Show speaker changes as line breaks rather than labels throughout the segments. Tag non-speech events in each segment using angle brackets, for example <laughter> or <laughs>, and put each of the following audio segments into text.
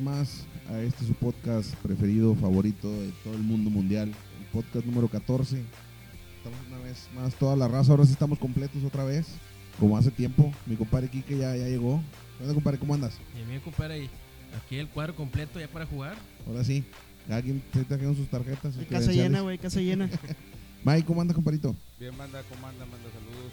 más a este su podcast preferido, favorito de todo el mundo mundial, el podcast número 14. Estamos una vez más toda la raza, ahora sí estamos completos otra vez, como hace tiempo. Mi compadre Quique ya, ya llegó. ¿Qué onda, compadre? ¿Cómo andas?
Y a mí me compara ahí. Aquí el cuadro completo ya para jugar.
Ahora sí, cada quien se trajeron sus tarjetas. sus
Hay Casa
credenciales.
llena, güey,
<laughs>
casa llena.
Mike, ¿cómo andas, compadrito?
Bien, manda, comanda, manda saludos.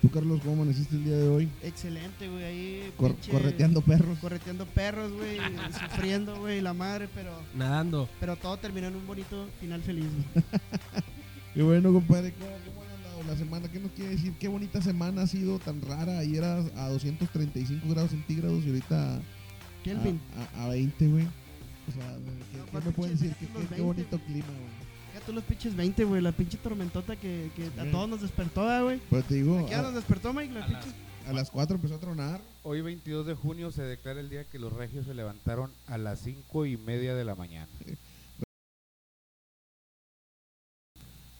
Tú, Carlos, ¿cómo amaneciste el día de hoy?
Excelente, güey, ahí.
Cor-
pinche-
correteando perros.
Correteando perros, güey, sufriendo, güey, la madre, pero,
Nadando.
pero todo terminó en un bonito final feliz,
<laughs>
güey.
Qué bueno, compadre. ¿Cómo, cómo han andado la semana? ¿Qué nos quiere decir? Qué bonita semana ha sido tan rara. Ayer era a 235 grados centígrados y ahorita a-
Kelvin,
a, a 20, güey. O sea, ¿qué,
No,
qué
papi,
me pueden decir? ¿Qué,
checa los
qué- qué
20,
bonito clima, güey.
ya tú los pinches 20, güey, la pinche tormentota que, que a todos nos despertó, ah, güey.
Pero te digo,
¿Qué ya nos
a,
despertó, Mike? La
A las-
pinche...
a las 4 empezó a tronar.
Hoy 22 de junio se declara el día que los regios se levantaron a las cinco y media de la mañana.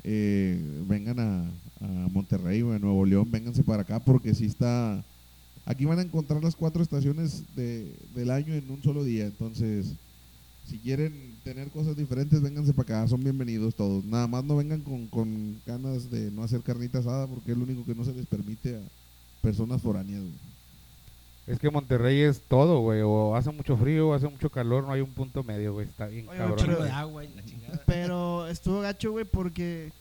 Eh, vengan a, a Monterrey, güey, a Nuevo León, vénganse para acá porque sí está... Aquí van a encontrar las cuatro estaciones de- del año en un solo día. Entonces, si quieren tener cosas diferentes, vénganse para acá. Son bienvenidos todos. Nada más no vengan con, con ganas de no hacer carnita asada porque es lo único que no se les permite a personas foráneas. güey.
Es que Monterrey es todo, güey. O hace mucho frío, o hace mucho calor, no hay un punto medio, güey. Está bien
Oye,
Un
cabrón.
chingo
pero-
de agua y la chingada.
Pero estuvo gacho, güey, porque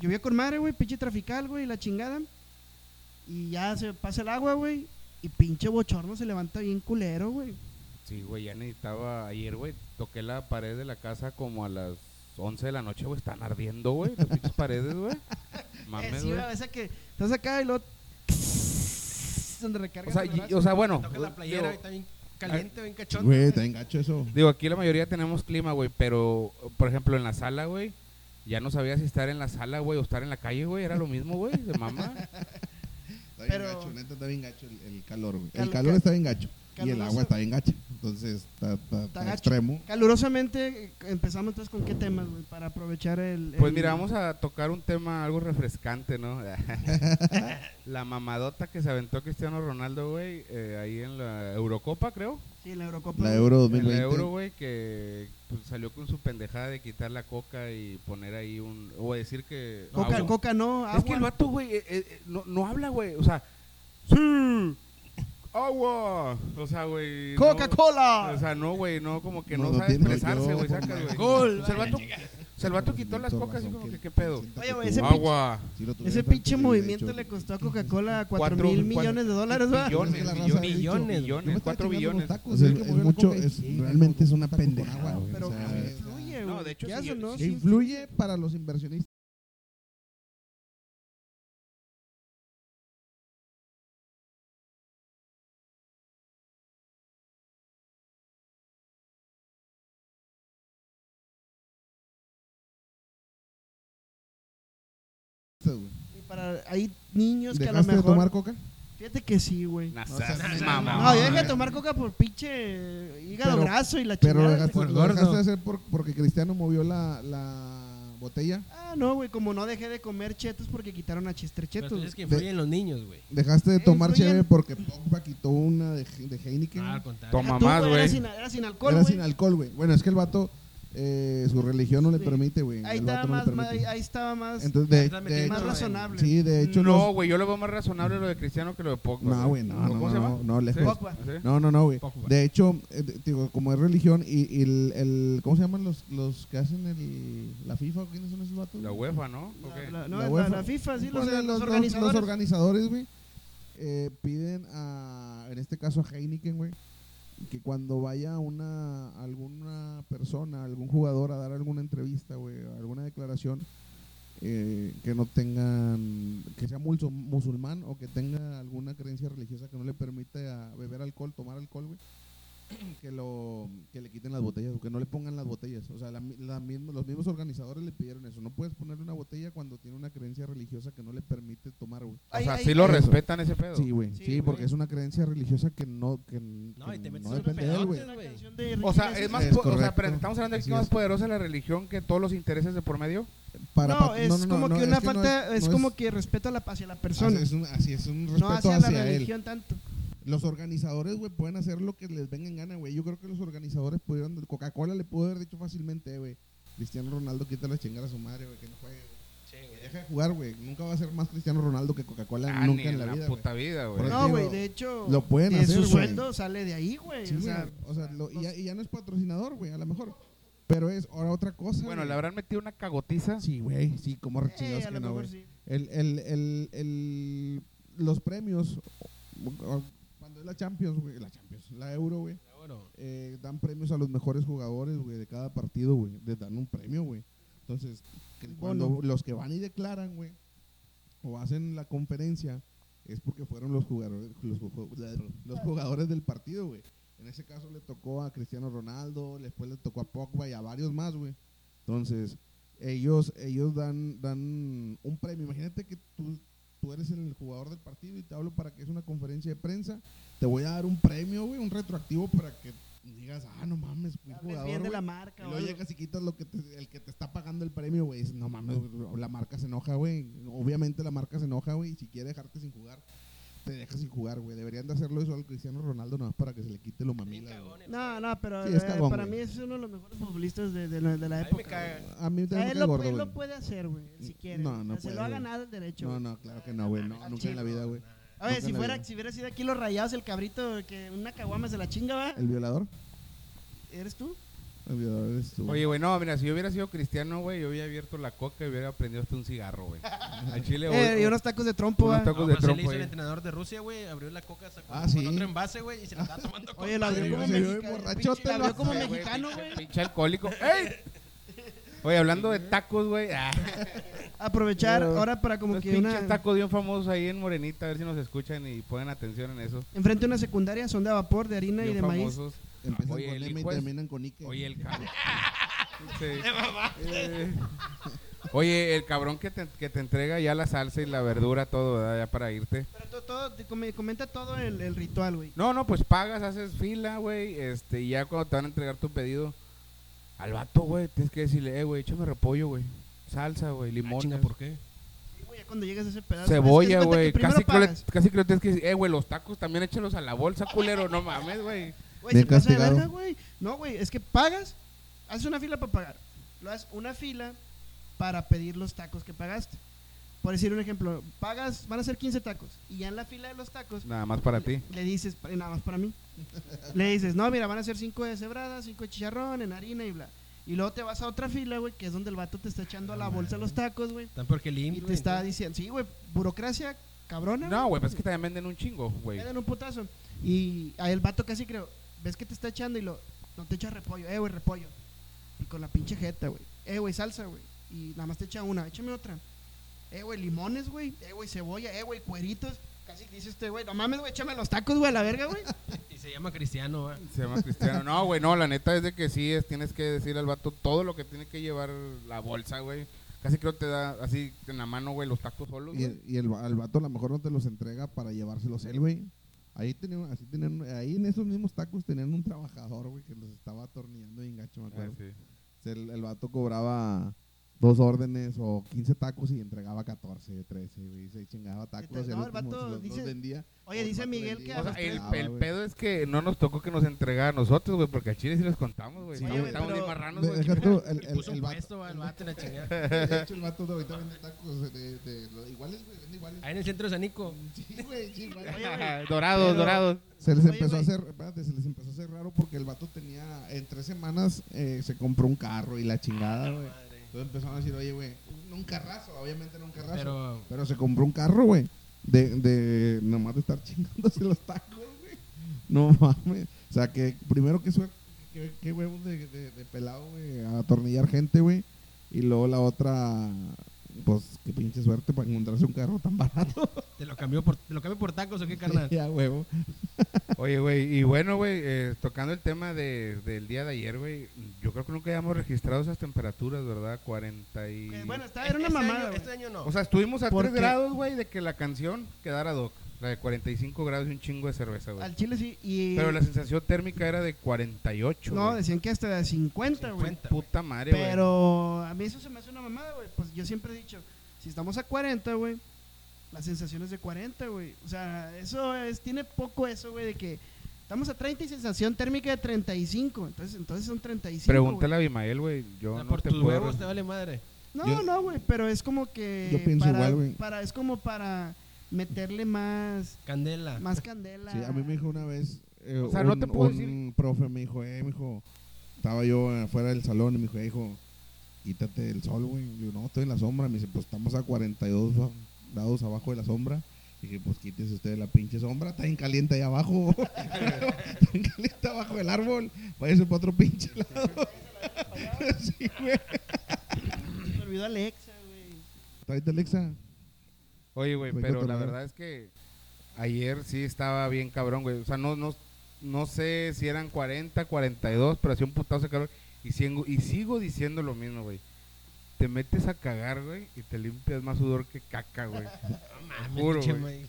llovía con madre, güey, pinche trafical, güey, la chingada. Y ya se pasa el agua, güey, y pinche bochorno se levanta bien culero, güey.
Sí, güey, ya necesitaba ayer, güey. Toqué la pared de la casa como a las 11 de la noche, güey. Están ardiendo, güey. Las pinches
<laughs>
paredes, güey.
Eh,
Mames,
sí,
güey.
güey, esa que estás acá y luego donde recargas
O sea,
el
y-
brazo.
o sea, bueno.
Toca la playera,
digo,
y está bien caliente, bien cachondo.
Güey, te engacho eso.
Digo, aquí la mayoría tenemos clima, güey, pero, por ejemplo, en la sala, güey, ya no sabía si estar en la sala, güey, o estar en la calle, güey, era lo mismo, güey, de mamá.
Está bien
Pero-
gacho, neta, está bien gacho el, el calor. güey. El
Cal-
calor
cal-
está bien gacho. Y el
caluroso.
agua está bien gacha. Entonces, está, está- está
gacho.
extremo.
Calurosamente eh, empezamos entonces con qué temas, güey, para aprovechar el...
Pues
el-
mira, vamos a tocar un tema algo refrescante, ¿no? <laughs> la mamadota que se aventó Cristiano Ronaldo, güey, eh, ahí en la Eurocopa, creo.
Sí, la Eurocopa.
La
güey.
Euro
En
2020.
la Euro, güey, que pues, salió con su pendejada de quitar la coca y poner ahí un... O decir que...
Coca,
agua.
coca no, agua.
Ah, Es que el vato, güey, eh, eh, eh, no, no habla, güey. O sea, sí, agua. O sea, güey. no-
¡Coca-Cola!
o sea, no, güey, no, como que no,
No, no
sabe
tiene-
expresarse,
yo-
güey. Saca, güey.
Gol,
O sea, el vato, o sea, el vato quitó las
Tienes
cocas y
razón,
como
que-
que, ¿qué pedo?
sienta
Oye,
que
güey,
tú-
ese
Agua.
si lo tuviera
Ese
frente,
pinche
le hubiera
movimiento
dicho,
le costó a
"Qué chingas
Coca-Cola 4
Cuatro-
mil
cuatro-
millones de dólares, ¿va?
Billones,
Billones,
billones,
billones,
billones,
billones,
Yo me
billones,
estaba
cuatro
chingando unos
billones.
tacos,
O sea,
yo
es,
le
es
moví la
mucho,
coca y
es,
chingas,
realmente es
un
una
taco con
pendejada.
agua,
güey,
Pero
o sea,
¿cómo
es-
influye,
No,
güey?
de hecho,
¿Qué
sí,
hace, no?
Que
Sí,
influye para los inversionistas. güey.
Y Para, hay niños que a lo
¿Dejaste de
mejor...
tomar coca?
Fíjate que sí, güey.
Nah,
No
seas
seas
mamá.
No, yo dejé de tomar coca por pinche hígado
Pero-
graso y la
Pero lo
chingada.
dejaste,
por
lo
gordo.
dejaste de hacer por- porque Cristiano movió la, la botella.
Ah, no, güey, como no dejé de comer chetos porque quitaron a Chester
Pero
Chetos.
tú dices que influyen los niños, güey.
Dejaste de
Eh,
tomar
influyen.
chévere porque Pogba quitó una de, de Heineken.
Ah, al contrario.
Toma
Tú,
más,
Era
güey.
sin, era sin alcohol,
Era
güey.
sin alcohol, güey. Bueno, es que el vato, eh, su religión no le
Sí.
permite, güey.
Ahí
El
estaba
vato no le
más, ma- ahí,
permite.
ahí estaba más,
Entonces, de,
Ahí está
de
metiendo
más
hecho-
en-
razonable.
sí, de hecho,
No,
los-
güey, yo lo veo más razonable lo de Cristiano que lo de Pogba.
No, güey, no,
¿O
no,
¿Cómo
no,
se
no,
llama?
no, lejos.
Pogba.
No, no, no, güey.
Pogba.
De hecho, eh, de- digo, como es religión y, y el, el- ¿cómo se llaman los, los que hacen el, la FIFA? ¿Quiénes son esos vatos?
La UEFA, ¿no? ¿O
La-
qué?
la, no,
La
la-
UEFA.
la FIFA, sí, los,
Bueno,
los
los
organizadores.
los organizadores, güey, eh, piden a, en este caso a Heineken, güey, que cuando vaya una, alguna persona, algún jugador a dar alguna entrevista, güey, alguna declaración, eh, que no tengan, que sea mulso- musulmán o que tenga alguna creencia religiosa que no le permita beber alcohol, tomar alcohol, güey. Que, lo, que le quiten las botellas o que no le pongan las botellas. O sea, la mi- la mismo- los mismos organizadores le pidieron eso. No puedes ponerle una botella cuando tiene una creencia religiosa que no le permite tomar, güey.
O sea,
Ahí-
sí
ahí-
lo
eso.
respetan ese pedo.
Sí, güey.
Sí,
Sí,
güey.
porque es una creencia religiosa que no, que,
No, y te metes en un
depende de él, güey.
pedote, güey.
canción de Ricky
O sea,
Iglesias.
es más,
Es
po- o sea,
correcto.
pero estamos hablando de que
Así
es más
es.
poderosa la religión que todos los intereses de por medio.
Para-
No,
pa-
es como que
es
una
no
falta,
no
es, como que respeto a la, hacia la
así
persona,
es un, así es un
no
respeto
hacia,
hacia,
la
él.
religión tanto.
Los organizadores, güey, pueden hacer lo que les venga en gana, güey. Yo creo que los organizadores pudieron. Coca-Cola le pudo haber dicho fácilmente, eh, güey. Cristiano Ronaldo, quita la chingada a su madre, güey, que no juegue, güey.
Sí,
Que
güey.
Deja de jugar, güey. Nunca va a ser más Cristiano Ronaldo que Coca-Cola,
Ah,
nunca
ni
en la, vida. güey.
puta vida, güey.
Por
No, güey,
digo,
de hecho,
lo pueden
de
hacer,
su
güey.
sueldo sale de ahí, güey.
Sí,
o
güey.
sea,
o sea, lo- y, ya, y ya no es patrocinador, güey, a lo mejor. Pero es ahora otra cosa.
Bueno,
güey.
le habrán metido una cagotiza.
Sí, güey, sí, como
eh,
chingados
a
que
lo
no,
mejor
güey.
sí.
El, el, el, el- los premios, o- o- cuando es la Champions, güey, la Champions, la Euro, güey,
Bueno,
eh, dan premios a los mejores jugadores, güey, de cada partido, güey. Les dan un premio, güey. Entonces, que cuando
bono.
los que van y declaran, güey, o hacen la conferencia, es porque fueron los jugadores, los, ju- los jugadores del partido, güey. En ese caso le tocó a Cristiano Ronaldo, después le tocó a Pogba y a varios más, güey. Entonces, ellos, ellos dan, dan un premio. Imagínate que tú, tú eres el jugador del partido y te hablo para que es una conferencia de prensa. Te voy a dar un premio, güey, un retroactivo para que digas, ah, no mames, fui
Hables
jugador.
bien de
güey".
la
Y
marca,
luego
güey.
llegas y quitas lo que te- el que te está pagando el premio, güey. Dices, No mames, güey, la marca se enoja, güey. Obviamente la marca se enoja, güey. Y si quiere dejarte sin jugar, te deja sin jugar, güey. Deberían de hacerlo eso al Cristiano Ronaldo nomás para que se le quite lo
bien
mamila. güey.
cagones.
No, no, pero
Sí, es
eh,
cagón,
para
güey.
mí es uno de los mejores futbolistas de, de la, de
A
la
mí me
época.
cagan.
A mí también
O sea,
me
él,
cae
lo,
gordo,
él
güey.
lo puede hacer, güey, si quiere.
No,
O sea,
no
se
puede,
lo ha
güey.
ganado el derecho.
No,
güey.
no, claro que no, güey. No,
Al
nunca en la
chile,
vida, güey.
A ver,
nunca
si
la
fuera,
vi.
si hubiera sido aquí los rayados, el cabrito, que una caguama se la chinga, va.
¿El violador?
¿Eres tú?
El violador eres tú.
Oye, güey, no, mira, si yo hubiera sido cristiano, güey, yo hubiera abierto la coca y hubiera prendido hasta un cigarro, güey. Al chile, güey.
Eh, y unos tacos de trompo,
unos
va.
tacos
No,
de
pero se le
trompo,
hizo el
güey.
entrenador de Rusia, güey. Abrió la coca, sacó
Ah,
con
sí.
otro envase, güey, y se la estaba tomando con
Oye, la abrió
Sí,
como
se vio bien
mexicano.
borrachote,
pinche, La abrió
lo-
como
Sí,
güey,
mexicano,
pinche-
güey.
Pinche alcohólico. ¡Ey! Oye, hablando de tacos, güey. Ah,
Aprovechar
Pero-
ahora para como
unos
que
pinches
una...
tacos bien famosos ahí en Morenita, a ver si nos escuchan y ponen atención en eso.
Enfrente de una secundaria son de vapor, de harina y
Bien
de maíz.
famosos.
Empiezan
Oye,
con
el
M y
hijo es-
terminan con Ike.
Oye, el cabrón. Sí. Eh, Oye, el cabrón que te, que te entrega ya la salsa y la verdura, todo, ¿verdad? Ya para irte.
Pero todo, todo, te come- comenta todo el, el ritual, güey.
No, no, pues pagas, haces fila, güey, este, y ya cuando te van a entregar tu pedido, al vato, güey, tienes que decirle, eh, güey, échame repollo, güey, salsa,
Ah,
güey, limón,
Ah, ¿por qué?
Sí, güey, ya cuando llegas a ese pedazo. es
cebolla,
que haz de cuenta
güey,
que primero
casi, que le-
pagas.
casi que le tienes que decir, eh, güey, los tacos también échalos a la bolsa, culero, no mames, güey.
Güey,
Bien
se pasa de
castigado.
verga, güey. No, güey, es que pagas, haces una fila para pagar. Lo haces una fila para pedir los tacos que pagaste. Por decir un ejemplo, pagas, van a ser 15 tacos. Y ya en la fila de los tacos,
Nada más para ti.
le dices, pa- nada más para mí. le dices, no, mira, van a ser 5 de cebrada, 5 de chicharrón, en harina y bla. Y luego te vas a otra fila, güey, que es donde el vato te está echando a la bolsa los tacos, güey.
Tan peor que el IMSS,
Y te
güey,
está
entonces.
diciendo, sí, güey, burocracia cabrona.
No, güey, pues es que también venden un chingo, güey.
Le dan un putazo. Y ahí el vato casi creo, ves que te está echando y lo, no te echa repollo, eh, güey, repollo. Y con la pinche jeta, güey. Eh, güey, salsa, güey. Y nada más te echa una, échame otra. Eh, güey, limones, güey. Eh, güey, cebolla. Eh, güey, cueritos. Casi que dice este, güey, no mames, güey, échame los tacos, güey, a la verga, güey.
Y se llama Cristiano, va.
Se llama Cristiano. No, güey, no, la neta es de que sí, es, tienes que decir al vato todo lo que tiene que llevar la bolsa, güey. Casi creo que te da así en la mano, güey, los tacos solos,
Y,
güey.
el, y el va- al vato a lo mejor no te los entrega para llevárselos él, güey. Ahí, tenían, así tenían, ahí en esos mismos tacos tenían un trabajador, güey, que los estaba atornillando y engacho, me
Ah,
acuerdo.
sí.
O sea, el, el vato cobraba dos órdenes o 15 tacos y entregaba 14, 13, güey. y Se chingaba tacos.
Entonces,
y al
no, el
último
vato
se los- los
dice-
vendía.
Oye,
O el
dice
vato
Miguel
vendía
que
y
O sea,
los
el,
entregaba,
el
Ah, güey.
pedo es que no nos tocó que nos entregara a nosotros, güey, porque a Chile sí los contamos, güey.
Sí,
Estamos-
güey,
estamos
pero-
bien marranos,
De-
güey.
<laughs>
<laughs>
deja tú, el,
Y
el-
Puso
el
un
vato,
puesto, va, el vato en la chingada.
de hecho, el vato de ahorita vende tacos de, de- lo- iguales, güey, vende iguales.
Ahí en el centro de Sanico.
Ah, Sí, güey, sí, güey.
dorados,
Pero-
dorados.
Se les
Oye,
empezó a
güey.
hacer, espérate, se les empezó a hacer raro porque el vato tenía, en tres semanas eh, se compró un carro y la chingada, güey. Entonces empezaron a decir, oye, güey, no un carrazo, obviamente no un carrazo. Pero,
Pero
se compró un carro, güey, de, de nomás de estar <laughs> chingándose los tacos, güey. No mames. O sea, que primero que suerte, qué, qué huevos de, de- de pelado, güey, a atornillar gente, güey. Y luego la otra, pues, qué pinche suerte para encontrarse un carro tan barato.
te lo cambió por, te lo cambió por tacos o qué
<laughs>
carnal.
ya, huevo.
Oye, güey, y bueno, güey, eh, tocando el tema de, del día de ayer, güey, yo creo que nunca habíamos registrado esas temperaturas, ¿verdad? 40 y...
Eh, Bueno, está,
Este-
era una
este
mamada,
año-
güey.
Este año no.
O sea, estuvimos a 3
Porque-
grados, güey, de que la canción quedara doc. La de 45 grados y un chingo de cerveza, güey.
Al chile sí. Y,
Pero la sensación térmica era de 48.
no,
güey.
decían que hasta de 50, güey.
50, güey.
Puta madre, güey.
Pero a mí eso se me hace una mamada, güey. Pues yo siempre he dicho, si estamos a 40, güey, las sensaciones de 40, güey. O sea, eso es, tiene poco eso, güey, de que estamos a 30 y sensación térmica de 35. Entonces, entonces son 35. güey.
Pregúntale a Abimael, güey. Yo
Ah,
no
por
te
tus
puedo.
huevos te vale madre.
No,
Yo-
no, güey, pero es como que.
Yo pienso
para,
igual, güey.
para- Es como para meterle más,
Candela.
más candela.
Sí, a mí me dijo una vez, eh,
O sea, no
un,
te puedo
un
decir-
profe me dijo, eh, me dijo, estaba yo afuera del salón y me dijo, hijo, quítate del sol, güey. Yo, no, estoy en la sombra. Me dice, pues estamos a 42 ba- grados abajo de la sombra. Dije, pues quítese usted de la pinche sombra, está bien caliente ahí abajo. <laughs> está bien caliente abajo del árbol. Váyase para otro pinche lado. <laughs> sí, güey.
Me olvidó Alexa, güey.
Tráete Alexa. <laughs>
Oye, güey,
Fue
pero la
cotorreo.
verdad es que ayer sí estaba bien cabrón, güey. O sea, no, no, no sé si eran 40, 42, pero hacía un putazo de calor. Y, sigo, y sigo diciendo lo mismo, güey. Te metes a cagar, güey, y te limpias más sudor que caca,
<laughs>
güey.
Mames,
Juro,
pinche
güey.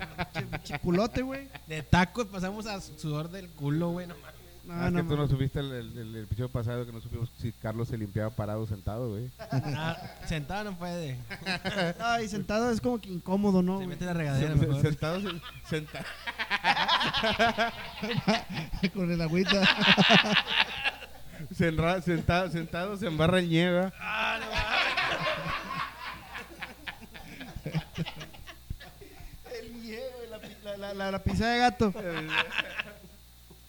ma-
Che- Chiculote, güey.
De tacos pasamos a sudor del culo, güey. No mames.
No,
<laughs> Ah, es
no,
que tú no
mames.
subiste el, el, el episodio pasado que no supimos si Carlos se limpiaba parado o sentado, güey.
Ah, sentado no puede.
Ay, sentado es como que incómodo, ¿no?
Se
güey?
mete la regadera
Se-
mejor.
sentado, se- senta-
Con el
<laughs>
agüita.
se enra- sentado, sentado se embarra en nieve.
El miedo, güey, la, pi- la, la, la- la pisada de
<laughs>
gato.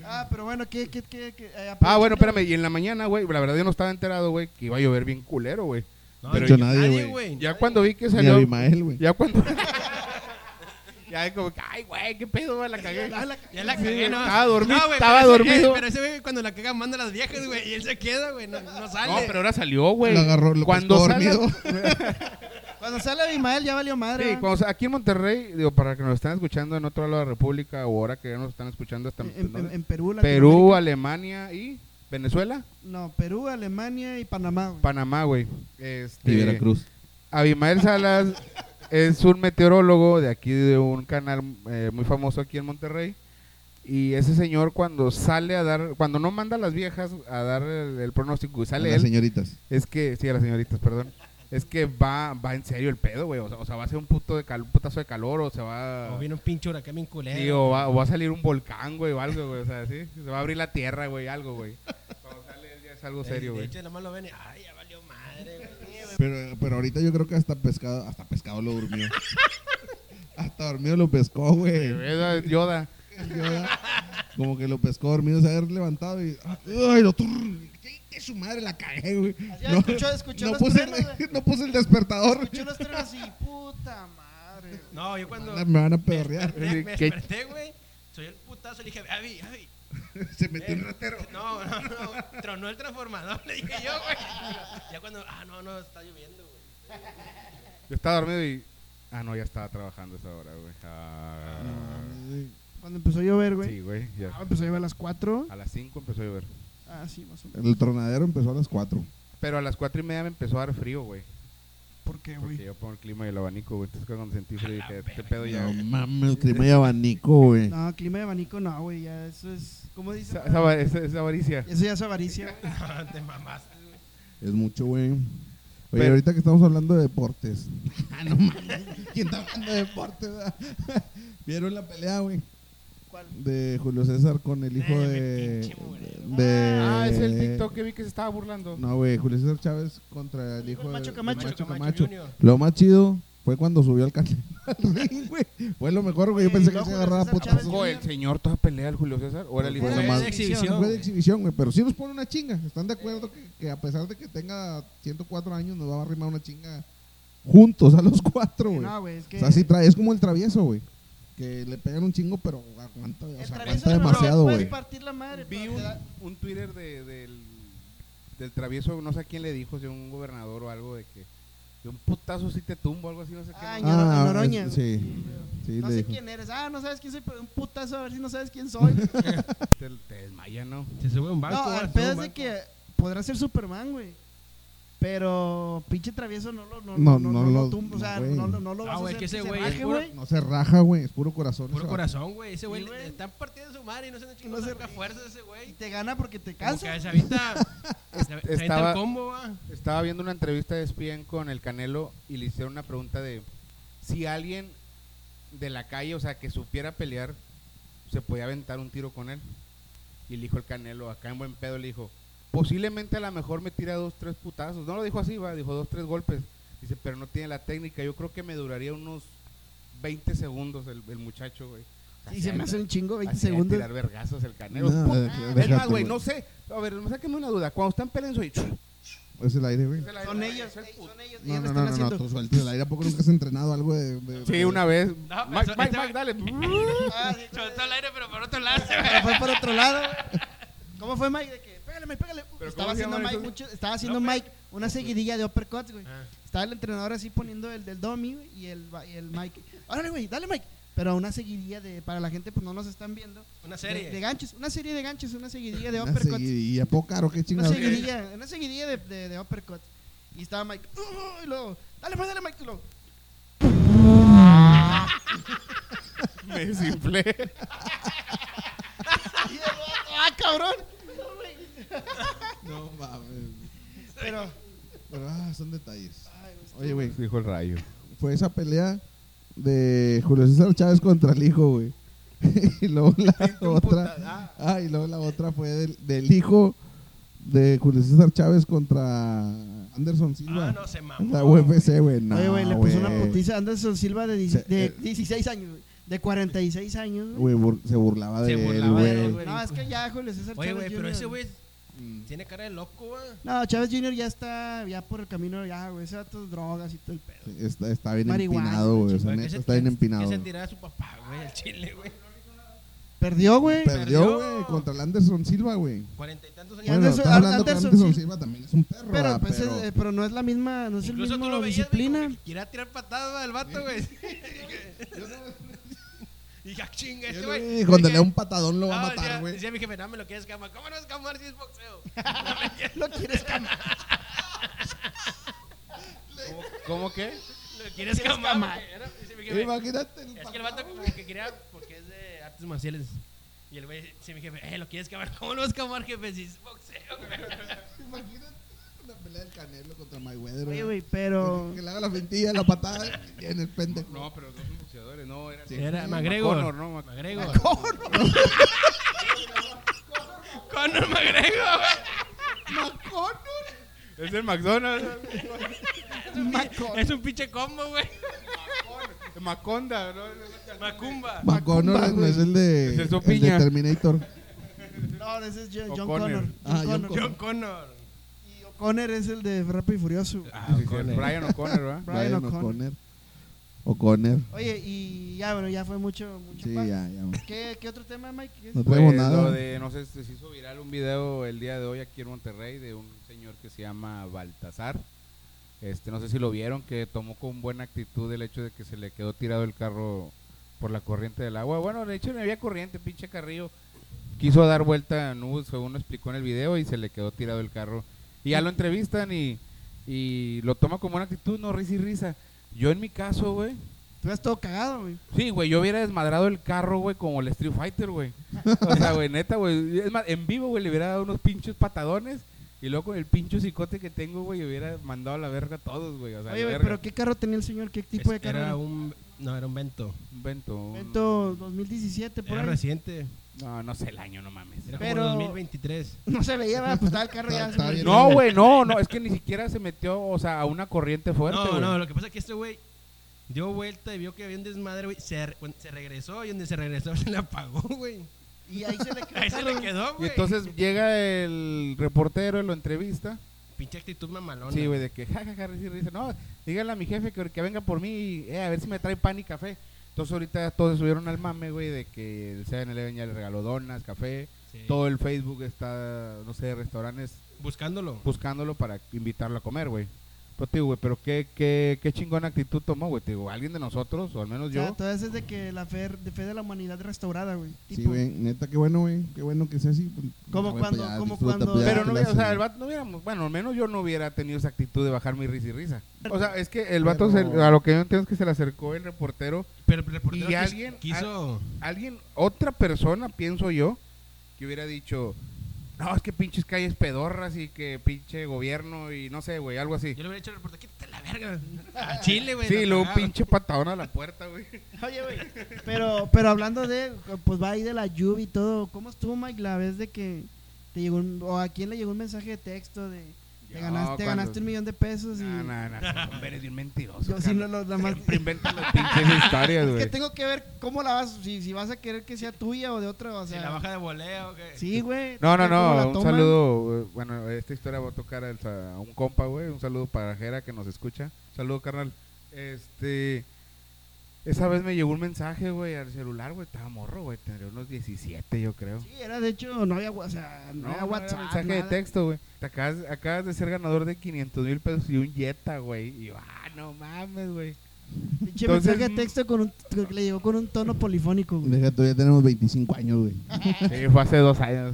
Ah, pero bueno, ¿qué, qué, qué? qué? Eh,
Ah,
aprovechando-
bueno, espérame. Y en la mañana, güey, la verdad yo no estaba enterado, güey, que iba a llover bien culero, güey.
No,
Pero
yo-
yo- nadie,
Ya cuando vi que
Ni
salió.
Abimael, güey.
Ya cuando. <laughs> ya es como que, ay, güey, qué pedo, güey, la cagué.
Ah, la-
Ya la cagué, ¿no?
Estaba dormido,
No, güey,
estaba
pero ese-
dormido.
eh, pero ese güey cuando la caga manda a las viejas, güey, y él se queda, güey, no, no sale.
No, pero ahora salió, güey.
Lo agarró, lo
cuando
pescó
sale-
dormido.
Cuando sale Abimael ya valió madre.
<laughs> Sí,
¿verdad?
cuando sa- aquí en Monterrey, digo, para que nos están escuchando en otro lado de la República o ahora que ya nos están escuchando hasta
En- en,
¿dónde?
en Perú,
Perú, ah. Alemania y Venezuela,
Latinoamérica. No, Perú, Alemania y Panamá. güey.
Panamá, güey. Este,
Y Veracruz.
Abimael Salas <laughs> es un meteorólogo de aquí de un canal eh, muy famoso aquí en Monterrey. Y ese señor cuando sale a dar, cuando no manda a las viejas a dar el, el pronóstico y sale
Las
él,
señoritas.
es que, sí, a las señoritas, perdón, es que va, va en serio el pedo, güey. O sea, o sea, va a ser un puto de cal- un putazo de calor, o se va,
O viene un pinche huracán bien culero.
sí, o va, o va a salir un volcán, güey, o algo, güey. O sea, sí, se va a abrir la tierra, güey, algo, güey. Cuando sale él ya es algo
Eh,
serio,
De
güey.
hecho, nada más lo ven y, ay, ya valió madre, güey.
<laughs>
Pero, pero ahorita yo creo que hasta pescado, hasta pescado lo
<laughs>
durmió. hasta dormido lo pescó, güey.
Eh, Esa es Yoda.
Yo, Como que lo pescó dormido, se había levantado y. ¡Ay, lo turr- ¡Qué, qué su madre la cagué, güey!
Así, escuchó- escuchó
no,
los
puse el,
truenos, güey.
<laughs> no puse el despertador.
Escuchó los tres así, puta madre. güey.
No, yo cuando
Ah, Me van a
<laughs>
pedorrear.
me, me
¿Qué?
desperté, güey, soy el putazo, le dije, Avi, Avi.
Se metió
Eh.
un ratero.
No, no, no, tronó el transformador, le dije yo, güey. Ya cuando, ah, no, no, está lloviendo, güey.
Yo estaba dormido y. Ah, no, ya estaba trabajando esa hora, güey. Ah,
Cuando empezó a llover, güey.
sí, güey. ya.
Ah, empezó a llover a las 4.
A las 5 empezó a llover.
Ah, sí, más o menos.
El tronadero empezó a las 4.
Pero a las 4 y media me empezó a dar frío, güey.
¿Por qué,
Porque
güey?
yo pongo el clima y el abanico, güey. Entonces cuando sentí frío dije, este pedo ya.
No mames, clima y abanico, güey.
No, clima de abanico no, güey. Ya eso es. ¿Cómo dice?
Esa, esa- esa- esa avaricia.
Eso ya es avaricia,
<laughs>
güey.
Ah, Te mamaste, güey.
Es mucho, güey. Oye,
Pero-
ahorita que estamos hablando de deportes. Ah, no mames. ¿Quién está hablando de deportes? ah? <laughs> ¿Vieron la pelea, güey?
¿Cuál?
De Julio César con el hijo
Eh,
de.
pinche moreno.
de-
Ah, es el TikTok que vi que se estaba burlando.
No, güey, Julio César Chávez contra el hijo
El
de
Macho Camacho.
Macho
Camacho
Camacho.
Junior.
Lo más chido fue cuando subió al canal <laughs> al ring, güey. Fue lo mejor, güey. Yo
Eh,
pensé que
no,
se
Julio
agarraba
César
puto.
¿A
Chávez
poco el señor toda pelea al Julio César? ¿O era el hijo
Fue
de
Era
Pues nomás-
de exhibición,
Fue de
güey.
exhibición, güey. Pero sí nos pone una chinga. ¿Están de acuerdo que, que a pesar de que tenga 104 años, nos va a arrimar una chinga juntos a los cuatro, güey?
No, güey, es que.
O sea, sí trae, es como el travieso, güey. Que le pegan un chingo, pero aguanta, o
el
sea,
travieso
aguanta
no,
demasiado,
puedes
güey.
partir la madre.
Vi
pero
un,
te da-
un Twitter de- del, del travieso, no sé a quién le dijo, si a un gobernador o algo, de que de un putazo sí te tumbo, algo así, no sé qué.
Ah,
no-
Ah,
Noroña.
es- sí. Sí,
No
le
sé
dijo.
quién eres. Ah, no sabes quién soy. pero Un putazo a ver si no sabes
<laughs>
quién soy.
Te, te desmaya, ¿no?
Se sube un barco.
no,
güey,
el
se sube
pedo
un
es de
barco.
que podrá ser Superman, güey. Pero pinche travieso no lo, no,
No,
no, no,
no
no
lo-
lo tumba, o sea,
no, güey.
no, lo- no lo
Ah,
vas
güey,
a hacer
que ese
se
güey es
raje,
puro-
güey.
No se raja, güey. Es puro corazón.
Puro
ese
corazón, güey. Ese güey
Sí,
le-
güey.
le están partiendo su madre y no se
Y no
chingó
se
saca
ríe.
fuerzas ese
Y
güey.
te gana porque te
Como que
cansa.
se
<laughs>
avienta, se avienta
estaba-
el combo, va.
E Estaba viendo una entrevista de ESPN con el Canelo y le hicieron una pregunta de si alguien de la calle, o sea, que supiera pelear, se podía aventar un tiro con él. Y le dijo el Canelo, acá en buen pedo, le dijo, posiblemente a lo mejor me tira dos, tres putazos. No lo dijo así, va, dijo dos, tres golpes. Dice, pero no tiene la técnica. Yo creo que me duraría unos 20 segundos el, el muchacho, güey.
Y se me hace un chingo, 20
Así de
segundos.
tirar vergazos el Canelo.
No,
Pum.
de-
es
déjate,
más, güey, no sé. A ver, sáquenme una duda. Cuando están peleando, soy...
<laughs>
Es el aire, güey.
Son ellos,
el put-
son ellos,
No,
ellos
no, no,
lo están
no, no,
haciendo.
tú sueltas el aire. ¿A poco nunca has entrenado algo de...? de-
Sí, una vez.
No,
Mike,
pero-
Mike, Mike, dale. <laughs>
Ah, sí,
Soltó el aire, pero por otro lado.
pero fue por otro lado. güey. ¿Cómo fue Mike? De que, pégale, Mike, pégale.
¿Pero
Estaba
cómo se
haciendo,
llama
Mike,
eso?
mucho- estaba haciendo
No,
Mike una seguidilla de uppercuts, güey.
Ah.
Estaba el entrenador así poniendo el del dummy güey, y el, va- y el Mike. Órale, güey, dale, Mike. Pero una seguidilla de, para la gente, pues no nos están viendo.
Una
De, de
serie.
ganchos, una serie de ganchos, una seguidilla de
Una
uppercuts.
seguidilla, ¿po, caro? ¿Qué
Una
chingados?
seguidilla, una seguidilla de, de, de uppercuts. Y estaba Mike, "Uh", y luego, dale, pues, dale, Mike, y luego,
Me desinflé.
y el vato, ¡ah, cabrón!
No mames.
Pero,
Pero, ah, son detalles.
ay, güey,
Oye, güey,
Dijo el rayo.
fue esa pelea de Julio César Chávez contra el hijo, güey. <laughs> y luego la otra... Ah, y luego la otra fue del, del hijo de Julio César Chávez contra Anderson Silva.
Ah, no, se mamó.
La UFC, güey. No,
Oye, güey, le puso una
güey.
putiza a Anderson Silva de, dieci-
Se-
de
eh.
16 años, güey. De 46 años,
Güey,
güey.
bur- se burlaba
Se
de él,
burlaba de él,
güey.
güey.
No, es que ya, Julio César
Oye,
Chávez
güey, pero
Jr.,
ese güey
Mm,
tiene cara de loco, güey.
No, Chávez Jr. ya está ya por el camino, ya, güey. Ese datos drogas y todo el pedo.
Sí, Está, está bien
Marihuana,
empinado, güey. O sea,
Oye, ¿qué
neta,
se-
está bien
qué-
empinado.
¿Qué se
güey.
tiraba su papá, güey, al chile, güey?
Perdió, güey.
Perdió,
Perdió.
güey, contra el Anderson Silva, güey.
Cuarenta y tantos
Bueno,
Ya
años.
Anderson-
estás hablando que
Anderson
Anderson
Silva-
Silva también es un perro,
Pero,
¿verdad?
pues, es-
pero,
eh, pero no es la misma, no es Pues el
Incluso tú
mismo
lo veías, güey,
disciplina.
como que quería tirar patadas al
<laughs>
vato, güey. <laughs> Y ya chinga ese, güey.
Eh, cuando le
Dije,
da un patadón lo va a
"Ah",
matar,
decía-
güey.
Decía mi jefe, no me lo quieres camar. ¿Cómo no es camar si
<laughs>
es boxeo?
Lo quieres camar.
¿Cómo, cómo qué?
Lo quieres camar. güey. Era- dice mi jefe,
Imagínate el
Es que el
patadón,
vato como que quería, porque es de artes marciales. Y el güey, sí, mi jefe, eh, ¿lo quieres camar? ¿Cómo lo vas a camar, jefe? Si es boxeo, güey.
Imagínate una pelea del Canelo contra Mayweather,
Oye,
güey.
güey, pero.
Que le haga la fintilla, la patada y en el pendejo.
No, pero dos boxeadores, no, era...
Era
Conor,
McGregor.
¿no? Mac-
<laughs>
McGregor. Conor. Conor McGregor, güey.
Es el McDonald's. <laughs>
Es un pinche combo, güey.
Maconda, ¿no?
Macumba.
Macono no es el de,
Es el
el de
Sopiña.
Terminator.
<laughs> No, ese es John, John
O'Connor.
Connor.
Ah, John Connor.
John Conor.
Y O'Connor es el de Rápido y Furioso. güey.
Sí, sí, Ah, Brian O'Connor, ¿verdad?
Brian
Brian
O'Connor.
O'Connor. O'Connor.
Oye, y ya, bueno, ya fue mucho, mucho
Sí,
pa-
ya, ya. güey.
¿Qué, ¿Qué otro tema, Mike? ¿Qué es?
No
Pues,
traemos
lo
nada.
de, no sé, se hizo viral un video el día de hoy aquí en Monterrey de un señor que se llama Baltasar. Este, no sé si lo vieron, que tomó con buena actitud el hecho de que se le quedó tirado el carro por la corriente del agua. Bueno, de hecho no había corriente, pinche carrillo. Quiso dar vuelta a nubes, según lo explicó en el video, y se le quedó tirado el carro. Y ya lo entrevistan y, y lo toma con buena actitud, no risa y risa. Yo en mi caso, güey,
Tú has todo cagado, güey.
Sí, güey, yo hubiera desmadrado el carro, güey, como el Street Fighter, güey. O sea, güey, neta, güey. Es más, en vivo, güey, le hubiera dado unos pinchos patadones y luego con el pincho cicote que tengo, güey, hubiera mandado a la verga a todos, güey. O sea,
Oye,
la
güey,
verga.
pero ¿qué carro tenía el señor? ¿Qué tipo de
Es-
carro?
Era
era?
un. No, era un vento.
Un vento. un-
Vento 2017, por
Era
ahí.
reciente.
No, no sé el año, no mames.
Era
Pero-
como 2023.
<laughs> No se veía, ¿verdad? pues estaba el carro ya.
Está- está
se-
bien.
No, güey, no, no. Es que ni siquiera se metió, o sea, a una corriente fuerte,
no,
güey.
no, lo que pasa es que este güey dio vuelta y vio que había un desmadre, güey. Se, re- cuando se regresó y donde se regresó <laughs> se le apagó, güey.
Y ahí
<laughs>
se le quedó.
Ahí se le quedó,
Y
güey.
entonces llega el reportero, lo entrevista.
Pinche actitud mamalona.
Sí, güey, de que jajaja, risa y risa. No, dígale a mi jefe que, que venga por mí y eh, a ver si me trae pan y café. Entonces ahorita todos subieron al mame, güey, de que el 7-Eleven ya le regaló donas, café.
Sí.
Todo el Facebook está, no sé, restaurantes
Buscándolo.
buscándolo para invitarlo a comer, güey. Pero, te digo, güey, pero qué, qué, qué chingona actitud tomó, güey. Te digo, alguien de nosotros, o al menos
O sea,
yo.
todo eso es de que la fe de, fe de la humanidad restaurada, güey.
Sí,
Tipo,
güey, neta, qué bueno, güey. Qué bueno que sea así. pues,
Como
güey,
cuando-
pues ya
como
disfruta,
cuando-
pues ya
Pero
te
no,
la
hubiera- o sea,
hace.
el vato no hubiéramos, bueno, al menos yo no hubiera tenido esa actitud de bajar mi risa y risa. O sea, es que el vato, se-
Pero-
a lo que yo entiendo es que se le acercó el reportero
Pero el reportero
Y
quis-
alguien-
quiso.
alguien, otra persona, pienso yo, que hubiera dicho, no, es que pinches calles pedorras y que pinche gobierno y no sé, güey, algo así.
Yo le hubiera dicho al reportero, quítate la verga. verga. <laughs> A Chile, güey.
Sí,
lo
luego un
cagaron.
pinche patadón a la puerta, güey.
Oye, güey. <laughs> Pero, pero hablando de, pues va ahí de la lluvia y todo. ¿Cómo estuvo, Mike, la vez de que te llegó un, o a quién le llegó un mensaje de texto de te
No,
ganaste, te
cuando-
ganaste un millón de pesos? Y,
No, no, no. hombre, Eres bien mentiroso.
Yo sí,
carnal.
lo, lo- la
<laughs>
más-
Siempre inventas las pinches
<laughs>
historias,
es que
güey.
tengo que ver cómo la vas, si, si vas a querer que sea tuya o de otra, o
Si
sea.
la baja de voleo, güey.
Sí, güey.
No, no,
¿Cómo la
no, un
toman?
saludo, güey. bueno, esta historia va a tocar al- a un compa, güey, un saludo para Jera que nos escucha, un saludo, carnal. Este, esa vez me llegó un mensaje, güey, al celular, güey, estaba morro, güey, tendría unos 17, yo creo.
Sí, era de hecho, no había, wa- o sea, no,
No,
había
no,
WhatsApp.
era mensaje de
nada.
texto, güey. Te acabas, acabas de ser ganador de 500 mil pesos y un Jetta, güey. Y yo, ah, no mames, güey.
Pinche
Entonces-
mensaje de texto con un, que le llegó con un tono polifónico, güey.
Deja, todavía tenemos 25 años, güey.
Sí, fue hace dos años.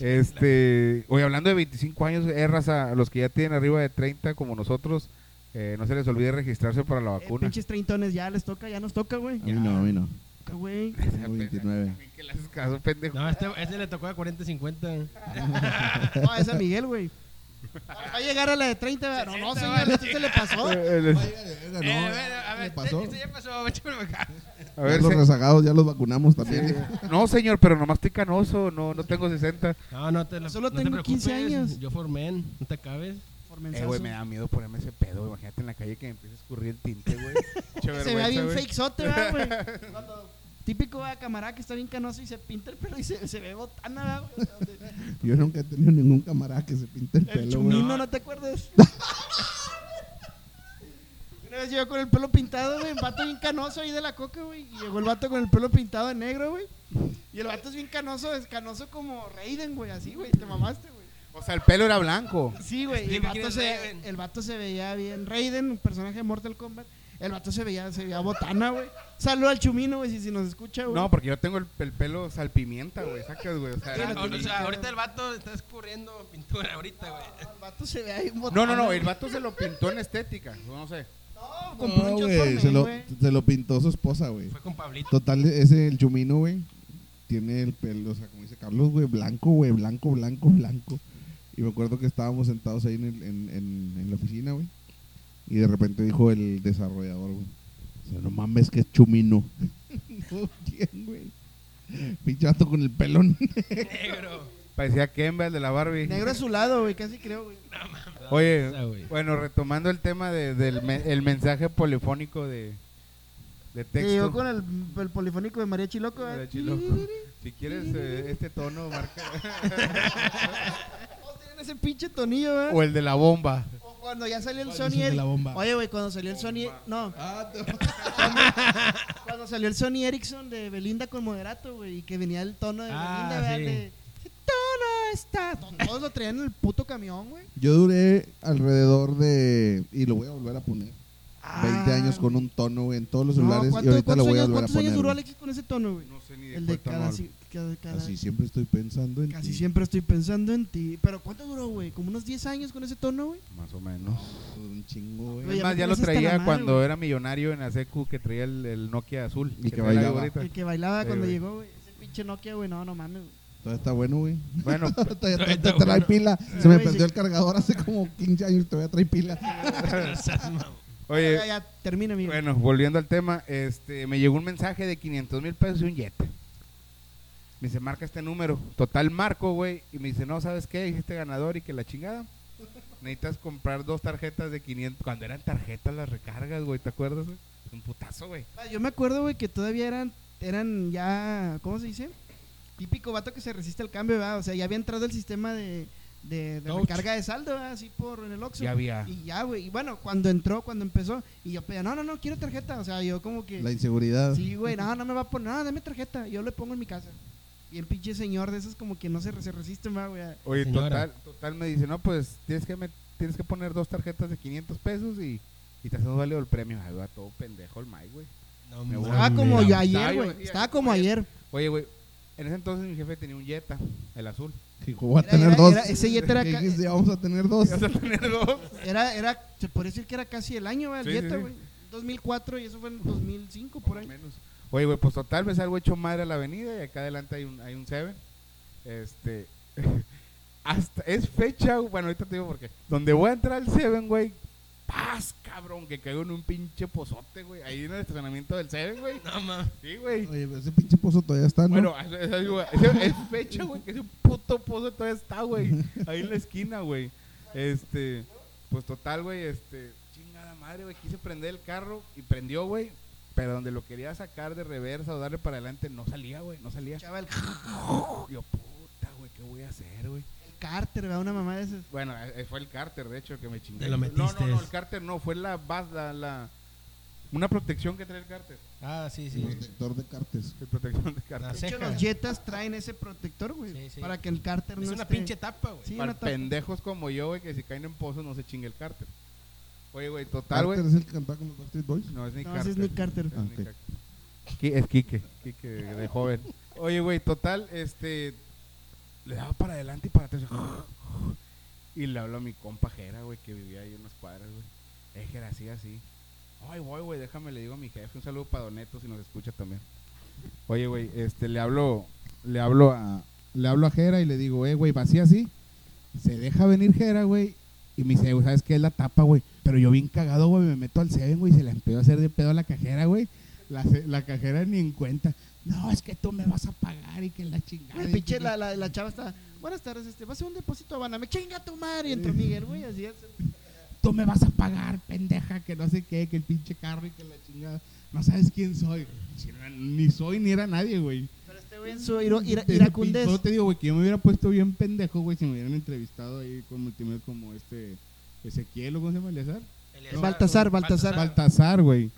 Este, hoy hablando de 25 años, eh, raza, a los que ya tienen arriba de 30 como nosotros, eh, no se les olvide registrarse para la
Eh,
vacuna.
pinches treintones, ya les toca, ya nos toca, güey.
A mí no, a mí no.
Toca, güey.
Tengo
<laughs>
<laughs> 29.
<laughs> Que le haces caso, pendejo.
No, este, este le tocó a 40-50.
No, ese Miguel, güey. Va a llegar a la de 30, ¿verdad? no, no,
60,
señor,
güey.
esto se le pasó.
Eh, les-
Eh,
no,
a ver, a ver,
¿qué pasó?
Esto ya pasó, échamelo acá.
a ver,
los
se-
rezagados ya los vacunamos también.
no, señor, pero nomás estoy canoso, no, no tengo 60.
No, no te lo-
Solo
no te
tengo 15
preocupes,
años.
Yo formé, no te acabes.
Por
Eh,
mensazo.
güey, me da miedo ponerme ese pedo, güey. imagínate en la calle que me empiece a escurrir el tinte, <laughs> güey. Che
se vea
vergüenza,
bien
güey.
fakesote, ¿verdad,
<laughs>
güey. Cuando- Típico va camarada que está bien canoso y se pinta el pelo y se, se ve botana, ¿verdad, güey. Donde-
<laughs> Yo nunca he tenido ningún camarada que se pinte el
El
pelo, güey.
chumino, no. te acuerdas? <laughs> Una vez llegó con el pelo pintado, güey, un vato bien canoso ahí de la coca, güey. Y llegó el vato con el pelo pintado de negro, güey. Y el vato es bien canoso, es canoso como Raiden, güey, así, güey, te mamaste, güey.
O sea, el pelo era blanco.
Sí, güey, y el
Explica quién
vato,
es
se,
Raiden.
el vato se veía bien. Raiden, un personaje de Mortal Kombat. El vato se veía, se veía botana, güey. Saludo al chumino, güey, si, si nos escucha, güey.
No, porque yo tengo el, el pelo salpimienta, güey. Sacas, güey. O sea,
Sí,
era-
lo
O sea, ahorita el vato está escurriendo pintura, ahorita, güey.
El vato se veía bien botana.
No, no, no,
güey.
el vato se lo pintó en estética, no sé.
No, compró
No,
un
güey,
güey.
se, lo,
güey.
se lo pintó su esposa, güey.
Fue con
<laughs>
Pablito.
Total, ese, el chumino, güey, tiene el pelo, o sea, como dice Carlos, güey, blanco, güey, blanco, blanco, blanco. Y me acuerdo que estábamos sentados ahí en, el- en, en- en la oficina, güey. Y de repente dijo el desarrollador, güey. O sea, no mames que es chumino. <laughs> no, ¿quién, güey? Pinche vato con el pelón. <laughs>
Negro.
Parecía Kemba, el de la Barbie.
Negro a su lado, güey, casi creo, güey.
Esa, güey.
Oye, bueno, retomando el tema de- del me- el mensaje polifónico de, de
Que llegó
texto.
con el, el polifónico de María Chiloco. ¿eh?
Mira, chiloco. Si quieres eh, este tono, marca. <laughs>
Todos tenían ese pinche tonillo, ¿eh?
o el de la bomba.
O cuando ya salió el
¿Cuál es
Sony
el de
Eric-
la bomba?
Oye, güey, cuando salió el Sony. No, <laughs> cuando salió el Sony Ericsson de Belinda con Moderato, güey. Y que venía el tono de
Ah,
Belinda, ¿verdad?
sí.
De, "Ese tono está. Todos lo traían en el puto camión, güey.
Yo duré alrededor de, y lo voy a volver a poner, 20 Ah. años con un tono, güey, en todos los
Ah. No,
celulares. y
¿cuánto-
ahorita lo
cuántos
voy a
años-
volver a
¿Cuántos
poner.
años duró
güey.
Alexis con ese tono, güey?
No sé ni
El de
cuál
cada.
tono
si- cada- cada-
Así siempre estoy pensando en
Casi
ti.
siempre estoy pensando en ti. Pero ¿cuánto duró, güey? ¿Como unos 10 años con ese tono, güey?
hablo. Más o menos.
Un chingo, güey.
Oye,
Es más,
aparte
ya
me
lo
haces hasta la
traía
madre,
cuando
güey.
era millonario en la secu que traía el, el Nokia azul.
Y que
trae la
bailaba.
gorrita.
El que bailaba
Sí,
cuando
güey.
llegó, güey. Ese pinche Nokia, güey. No, no mames, güey.
Todavía está bueno,
<laughs>
güey. <laughs>
Bueno,
Todavía, todavía
está
trae
bueno.
pila. Se me
güey,
perdió
sí.
el cargador hace como 15 años y todavía trae pila.
No seas mamón.
oye,
Ya, ya, termina, amigo.
Bueno, volviendo al tema, este, me llegó un mensaje de 500 mil pesos y un jet. Me dice, marca este número. Total marco, güey. Y me dice, no, ¿sabes qué? Hiciste ganador y que la chingada. Necesitas comprar dos tarjetas de 500. Cuando eran tarjetas las recargas, güey, ¿te acuerdas? güey? Un putazo, güey.
Ah, Yo me acuerdo, güey, que todavía eran, eran ya, ¿cómo se dice? Típico vato que se resiste al cambio, ¿verdad? O sea, ya había entrado el sistema de, de, de
Touch.
recarga de saldo, ¿verdad? Así por en el Oxxo.
Ya había.
Y ya, güey. Y bueno, cuando entró, cuando empezó, y yo pedía, no, no, no, quiero tarjeta. O sea, yo como que...
La inseguridad.
Sí, güey, no, no me va a poner, no, dame tarjeta, yo le pongo en mi casa. Y el pinche señor de esos como que no se, re- se resisten, va, güey. a-
Oye,
Señora.
total, total me dice, no, pues tienes que, me- tienes que poner dos tarjetas de 500 pesos y, y te hacemos válido el premio. Ay, va todo pendejo el Mike, güey.
No,
Me
mames.
voy.
Estaba Ah, como yo
Estaba
ayer,
yo-
güey. Estaba como ayer.
Oye, güey, en ese entonces mi jefe tenía un Jetta, el azul. <laughs>
Dijo, voy a
Era-
tener
era-
dos.
era- ese jet era
¿Qué
ca-
dijiste? Vamos a tener dos.
¿Vas a tener dos?
Era, era, se podría decir que era casi el año, güey, el
Sí, sí,
dieta,
sí.
güey. 2004 y eso fue en 2005, por ahí.
menos. Oye, güey, pues total, ves algo hecho madre a la avenida y acá adelante hay un, hay un Seven. Este. <laughs> Hasta es fecha, bueno, ahorita te digo por qué. Donde voy a entrar al Seven, güey, ¡Paz, cabrón! Que caigo en un pinche pozote, güey. Ahí en el estacionamiento del Seven, güey.
No mames.
Sí, güey.
Oye, pero ese pinche pozo todavía está, Ah, ¿no?
Bueno, es, es, algo- es- es fecha, güey, que ese puto pozo todavía está, güey. Ahí en la esquina, güey. Este, pues total, güey, este, chingada madre, güey, quise prender el carro y prendió, güey. Pero donde lo quería sacar de reversa o darle para adelante, no salía, güey, no salía.
Echaba el,
Yo, puta, güey, ¿qué voy a hacer, güey?
el cárter, ¿verdad? Una mamá de esas.
Bueno, eh, fue el cárter, de hecho, que me chingué.
Te lo
No, no,
metiste.
no, el cárter no, fue la, bas- la, la, una protección que trae el cárter.
Ah, sí, sí.
Protector de cartes.
El protección del
La
cárter.
De hecho,
ceja.
los jetas traen ese protector, güey.
Sí, sí.
Para que el cárter no
Es una
esté-
pinche tapa, güey.
Sí,
Para
una tapa.
pendejos como yo, güey, que si caen en pozos no se chingue el cárter. Oye, güey,
Carter
total, güey.
es el que cantaba con los Backstreet Boys.
No, es ni
No, ese
cárter.
es Nick Carter.
Es
Ah,
Nick
ok.
Carter. Qui- Es Quique, Quique de de joven. Oye, güey, total, este. Le daba para adelante y para atrás. Y le hablo a mi compa Jera, güey, que vivía ahí en unas cuadras, güey. Eh, Jera, así, así. Ay, voy, güey, déjame, le digo a mi jefe. Un saludo para Doneto si nos escucha también. Oye, güey, este, le hablo, le hablo a,
Le hablo a Jera y le digo, eh, güey, vacía así. Se deja venir Jera, güey. Y me dice, güey, ¿sabes qué es la tapa, güey? Pero yo bien cagado, güey, me meto al Seven, güey, y se la empezó a hacer de pedo a la cajera, güey. La, ce- la cajera ni en cuenta. No, es que tú me vas a pagar y que la chingada.
Güey,
y
pinche
que-
la, la, la chava está. Buenas tardes, este. Va a ser un depósito de Banamex. Chinga tu madre. Y entró Miguel, güey. Así es.
Tú me vas a pagar, pendeja, que no sé qué, que el pinche carro y que la chingada. No sabes quién soy. Si no era- Ni soy ni era nadie, güey.
Pero este güey en su iro- ira-
Te-
iracundez.
Yo te digo, güey, que yo me hubiera puesto bien pendejo, güey, si me hubieran entrevistado ahí con multimedia como este Ezequiel o cómo se llama Eleazar.
Eleazar,
Baltasar,
güey.
Baltasar.
Baltasar, güey.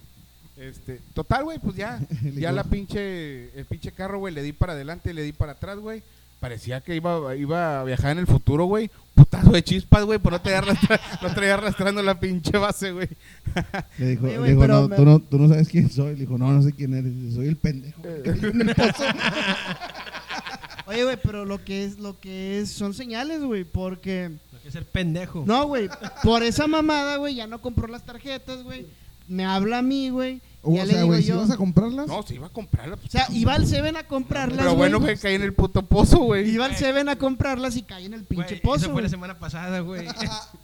Este, total, güey, pues ya,
<laughs> Le
ya
digo-
la pinche, el pinche carro, güey, le di para adelante, le di para atrás, güey. Parecía que iba, iba a viajar en el futuro, güey. Putazo de chispas, güey, por no traer arrastra- <laughs> no traer arrastrando la pinche base, güey.
Le dijo,
Oye,
le
güey,
dijo,
pero
no,
me-
tú no, tú no sabes quién soy. Le dijo, no, no sé quién eres. Dice, Soy el pendejo. <laughs> que
<laughs>
cayó en el pozo.
Oye, güey, pero lo que es, lo que es, son señales, güey, porque.
Lo que es el pendejo.
No, güey, por esa mamada, güey, ya no compró las tarjetas, güey. Me habla a mí, güey.
Uh, o
ya le
sea,
digo
güey, si
yo.
vas a comprarlas,
No, se iba a comprarla. pues.
O sea, iba al Seven a comprarlas.
pero bueno,
güey.
güey, caí en el puto pozo, güey.
Iba al Seven a comprarlas y caí en el
Güey,
pinche pozo.
Eso fue la
güey. Ah,
semana pasada,
<laughs>
güey.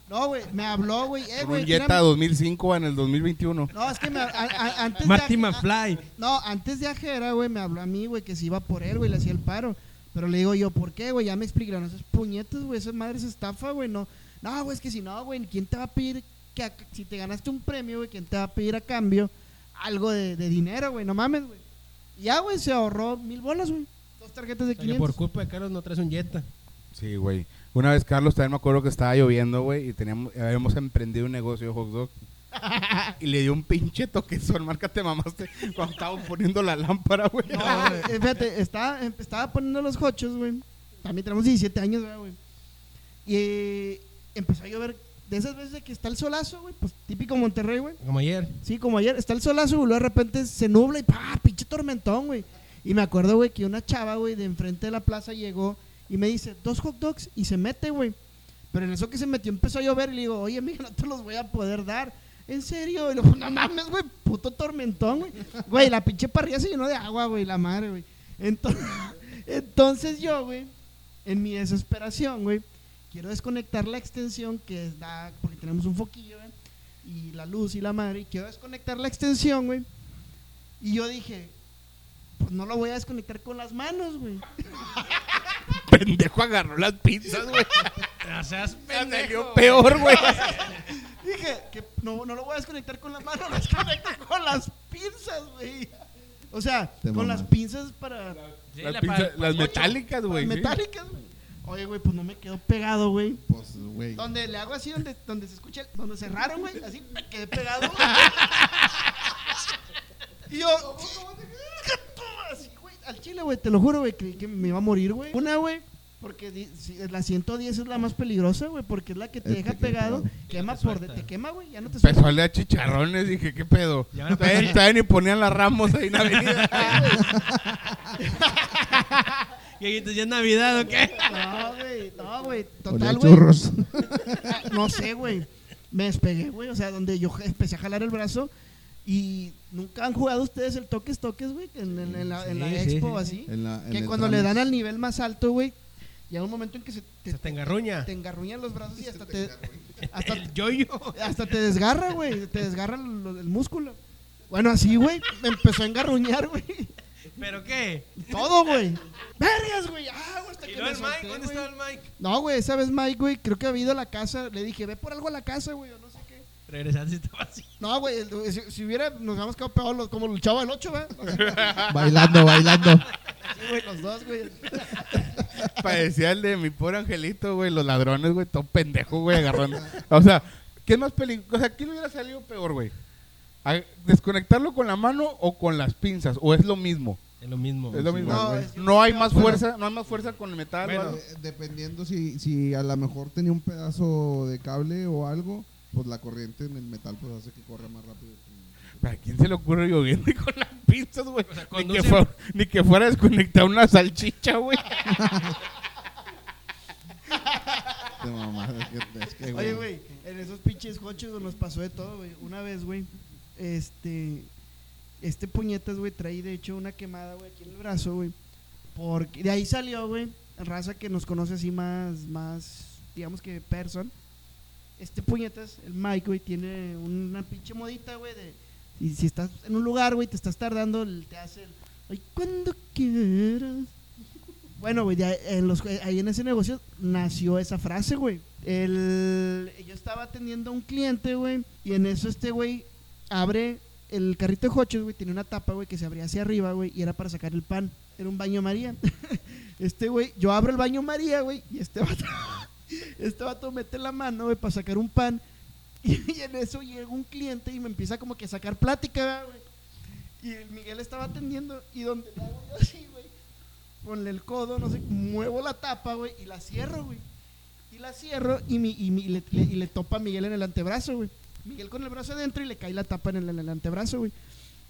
No, güey, me habló, güey. Eh,
Con
güey,
un Jetta
mírame.
2005 en el 2021.
No, es que me, a- a- antes
Marty
de. a-
McFly.
No, antes de Ajera, güey, me habló a mí, güey, que se iba por él, güey, le hacía el paro. Pero le digo yo, ¿por qué, güey? Ya me explicaron, esas puñetas, güey, esas madres estafa, güey, no. No, güey, es que si no, güey, ¿quién te va a pedir que a- si te ganaste un premio, güey, quién te va a pedir a cambio algo de, de dinero, güey? No mames, güey. Y Ya, güey, se ahorró mil bolas, güey. Dos tarjetas de
O sea, que por
500.
culpa de Carlos no traes un Jetta.
Sí, güey. Una vez, Carlos, también me acuerdo que estaba lloviendo, güey, y teníamos, habíamos emprendido un negocio de hot dog.
<laughs>
Y le dio un pinche toquezón, marca te mamaste, cuando estábamos poniendo la lámpara, güey. <laughs>
No, güey, eh, fíjate, estaba, em- estaba poniendo los hochos, güey. También tenemos 17 años, ¿verdad, güey. Y eh, empezó a llover. De esas veces de que está el solazo, güey, pues típico Monterrey, güey.
Como ayer.
Sí, como ayer, está el solazo y luego de repente se nubla y ¡pa! pinche tormentón, güey. Y me acuerdo, güey, que una chava, güey, de enfrente de la plaza llegó y me dice, dos hot dogs y se mete, güey. Pero en eso que se metió empezó a llover y le digo, oye, mija, <laughs> no te los voy a poder dar. ¿En serio? Y le digo, no mames, güey, puto tormentón, güey. Güey, la pinche parrilla se llenó de agua, güey, la madre, güey. Entonces, <laughs> entonces yo, güey, en mi desesperación, güey, quiero desconectar la extensión que es la, porque tenemos un foquillo, güey, y la luz y la madre, y quiero desconectar la extensión, güey. Y yo dije, pues no lo voy a desconectar con las manos, güey. <laughs>
pendejo agarró las pinzas, güey.
O sea, es
Salió
pendejo.
<laughs>
peor, güey.
Dije, que no, no lo voy a desconectar con las manos, <laughs> lo desconecto con las pinzas, güey. O sea,
Te
con las
mamaste.
pinzas para
Sí,
Las,
la
pinzas-
pa-
las
pa-
metálicas, güey. sí.
metálicas, güey. Oye, güey, pues no me quedó pegado, güey.
pues, güey.
Donde le hago así, donde, donde se escucha, el- donde cerraron, güey, así me quedé pegado. güey. y yo, así, güey, al chile, güey, te lo juro, güey, creí que me iba a morir, güey. Una, güey, porque di- si- la 110 es la más peligrosa, güey, porque es la que te
Es
deja
que queda
pegado,
pegado.
quema
Y no Este te
por, de-
suelta.
te quema, güey, ya no te
Empezó a leer chicharrones, dije, ¿qué pedo?
Y ahora
Todavía
parece-
todavía ni ponían las ramos ahí en
<laughs>
la avenida.
¿Qué dijiste? ¿Ya es Navidad o qué?
No, güey, no, güey,
Olía
total, güey.
churros.
Ah, <laughs> No sé, güey. Me despegué, güey. O sea, donde yo empecé a jalar el brazo. Y nunca han jugado ustedes el toques, toques, güey. En, en- en la, en la
Sí, sí,
expo
sí,
así.
<laughs> En la- en
que
el
cuando
tramo.
le dan al nivel más alto, güey, Llega un momento en que se
Se te engarruña.
te engarruñan los brazos y hasta te, hasta,
El yoyo.
hasta te desgarra, güey. Te desgarra lo- el músculo. Bueno, así, güey. Me empezó a engarruñar, güey.
¿Pero qué?
Todo, güey. Vergas, güey. Ah, güey,
¿Y
hasta que
luego
me
el Mike?
solté,
¿Dónde
güey.
estaba el Mike?
No, güey, esa vez Mike, güey, creo que había ido a la casa. Le dije, ve por algo a la casa, güey, o no sé qué.
Regresaste, estaba así.
No, güey, el- si, si hubiera, nos habíamos quedado pegados los- como el chavo del 8, güey.
<laughs> Bailando, bailando.
<laughs> Sí, güey, los dos, güey.
Parecía el de mi pobre angelito, güey. Los ladrones, güey. Todo pendejo, güey. Agarrando. O sea, ¿qué más peligroso? O sea, ¿qué le hubiera salido peor, güey? ¿A- ¿Desconectarlo con la mano o con las pinzas? ¿O es lo mismo?
Es lo mismo.
Es lo mismo.
No,
No,
es-
hay más fuerza. No hay más fuerza con el metal. o
Bueno,
algo.
Eh, Dependiendo si, si a lo mejor tenía un pedazo de cable o algo, pues la corriente en el metal pues hace que corra más rápido.
¿A quién se le ocurre lloviendo y con las pinzas, güey?
O sea,
ni,
conduce-
que fue- ni que fuera a desconectar una salchicha, güey.
Te mamaste, que- es que,
Oye, güey, en esos pinches coches nos pasó de todo, güey. Una vez, güey, este. Este puñetas, güey, traí de hecho una quemada, güey, aquí en el brazo, güey. Porque de ahí salió, güey, raza que nos conoce así más, más, digamos que person. Este puñetas, el Mike, güey, tiene una pinche modita, güey, de. Y si estás en un lugar, güey, te estás tardando, el- te hace el. Ay, cuando quieras. Bueno, güey, ya en los, eh, ahí en ese negocio nació esa frase, güey. El, yo estaba atendiendo a un cliente, güey, y en eso este güey abre el carrito de hochos, güey, tiene una tapa, güey, que se abría hacia arriba, güey, y era para sacar el pan. Era un baño María. <laughs> este güey, yo abro el baño María, güey, y este vato, este vato mete la mano, güey, para sacar un pan. <laughs> Y, en eso llega un cliente y me empieza como que a sacar plática, güey. Y el Miguel estaba atendiendo y donde la hago yo así, güey, ponle el codo, no sé, muevo la tapa, güey, y la cierro, güey. Y la cierro y, mi, y, mi- y le, le- y le topa a Miguel en el antebrazo, güey. Miguel con el brazo adentro y le cae la tapa en el, en el antebrazo, güey.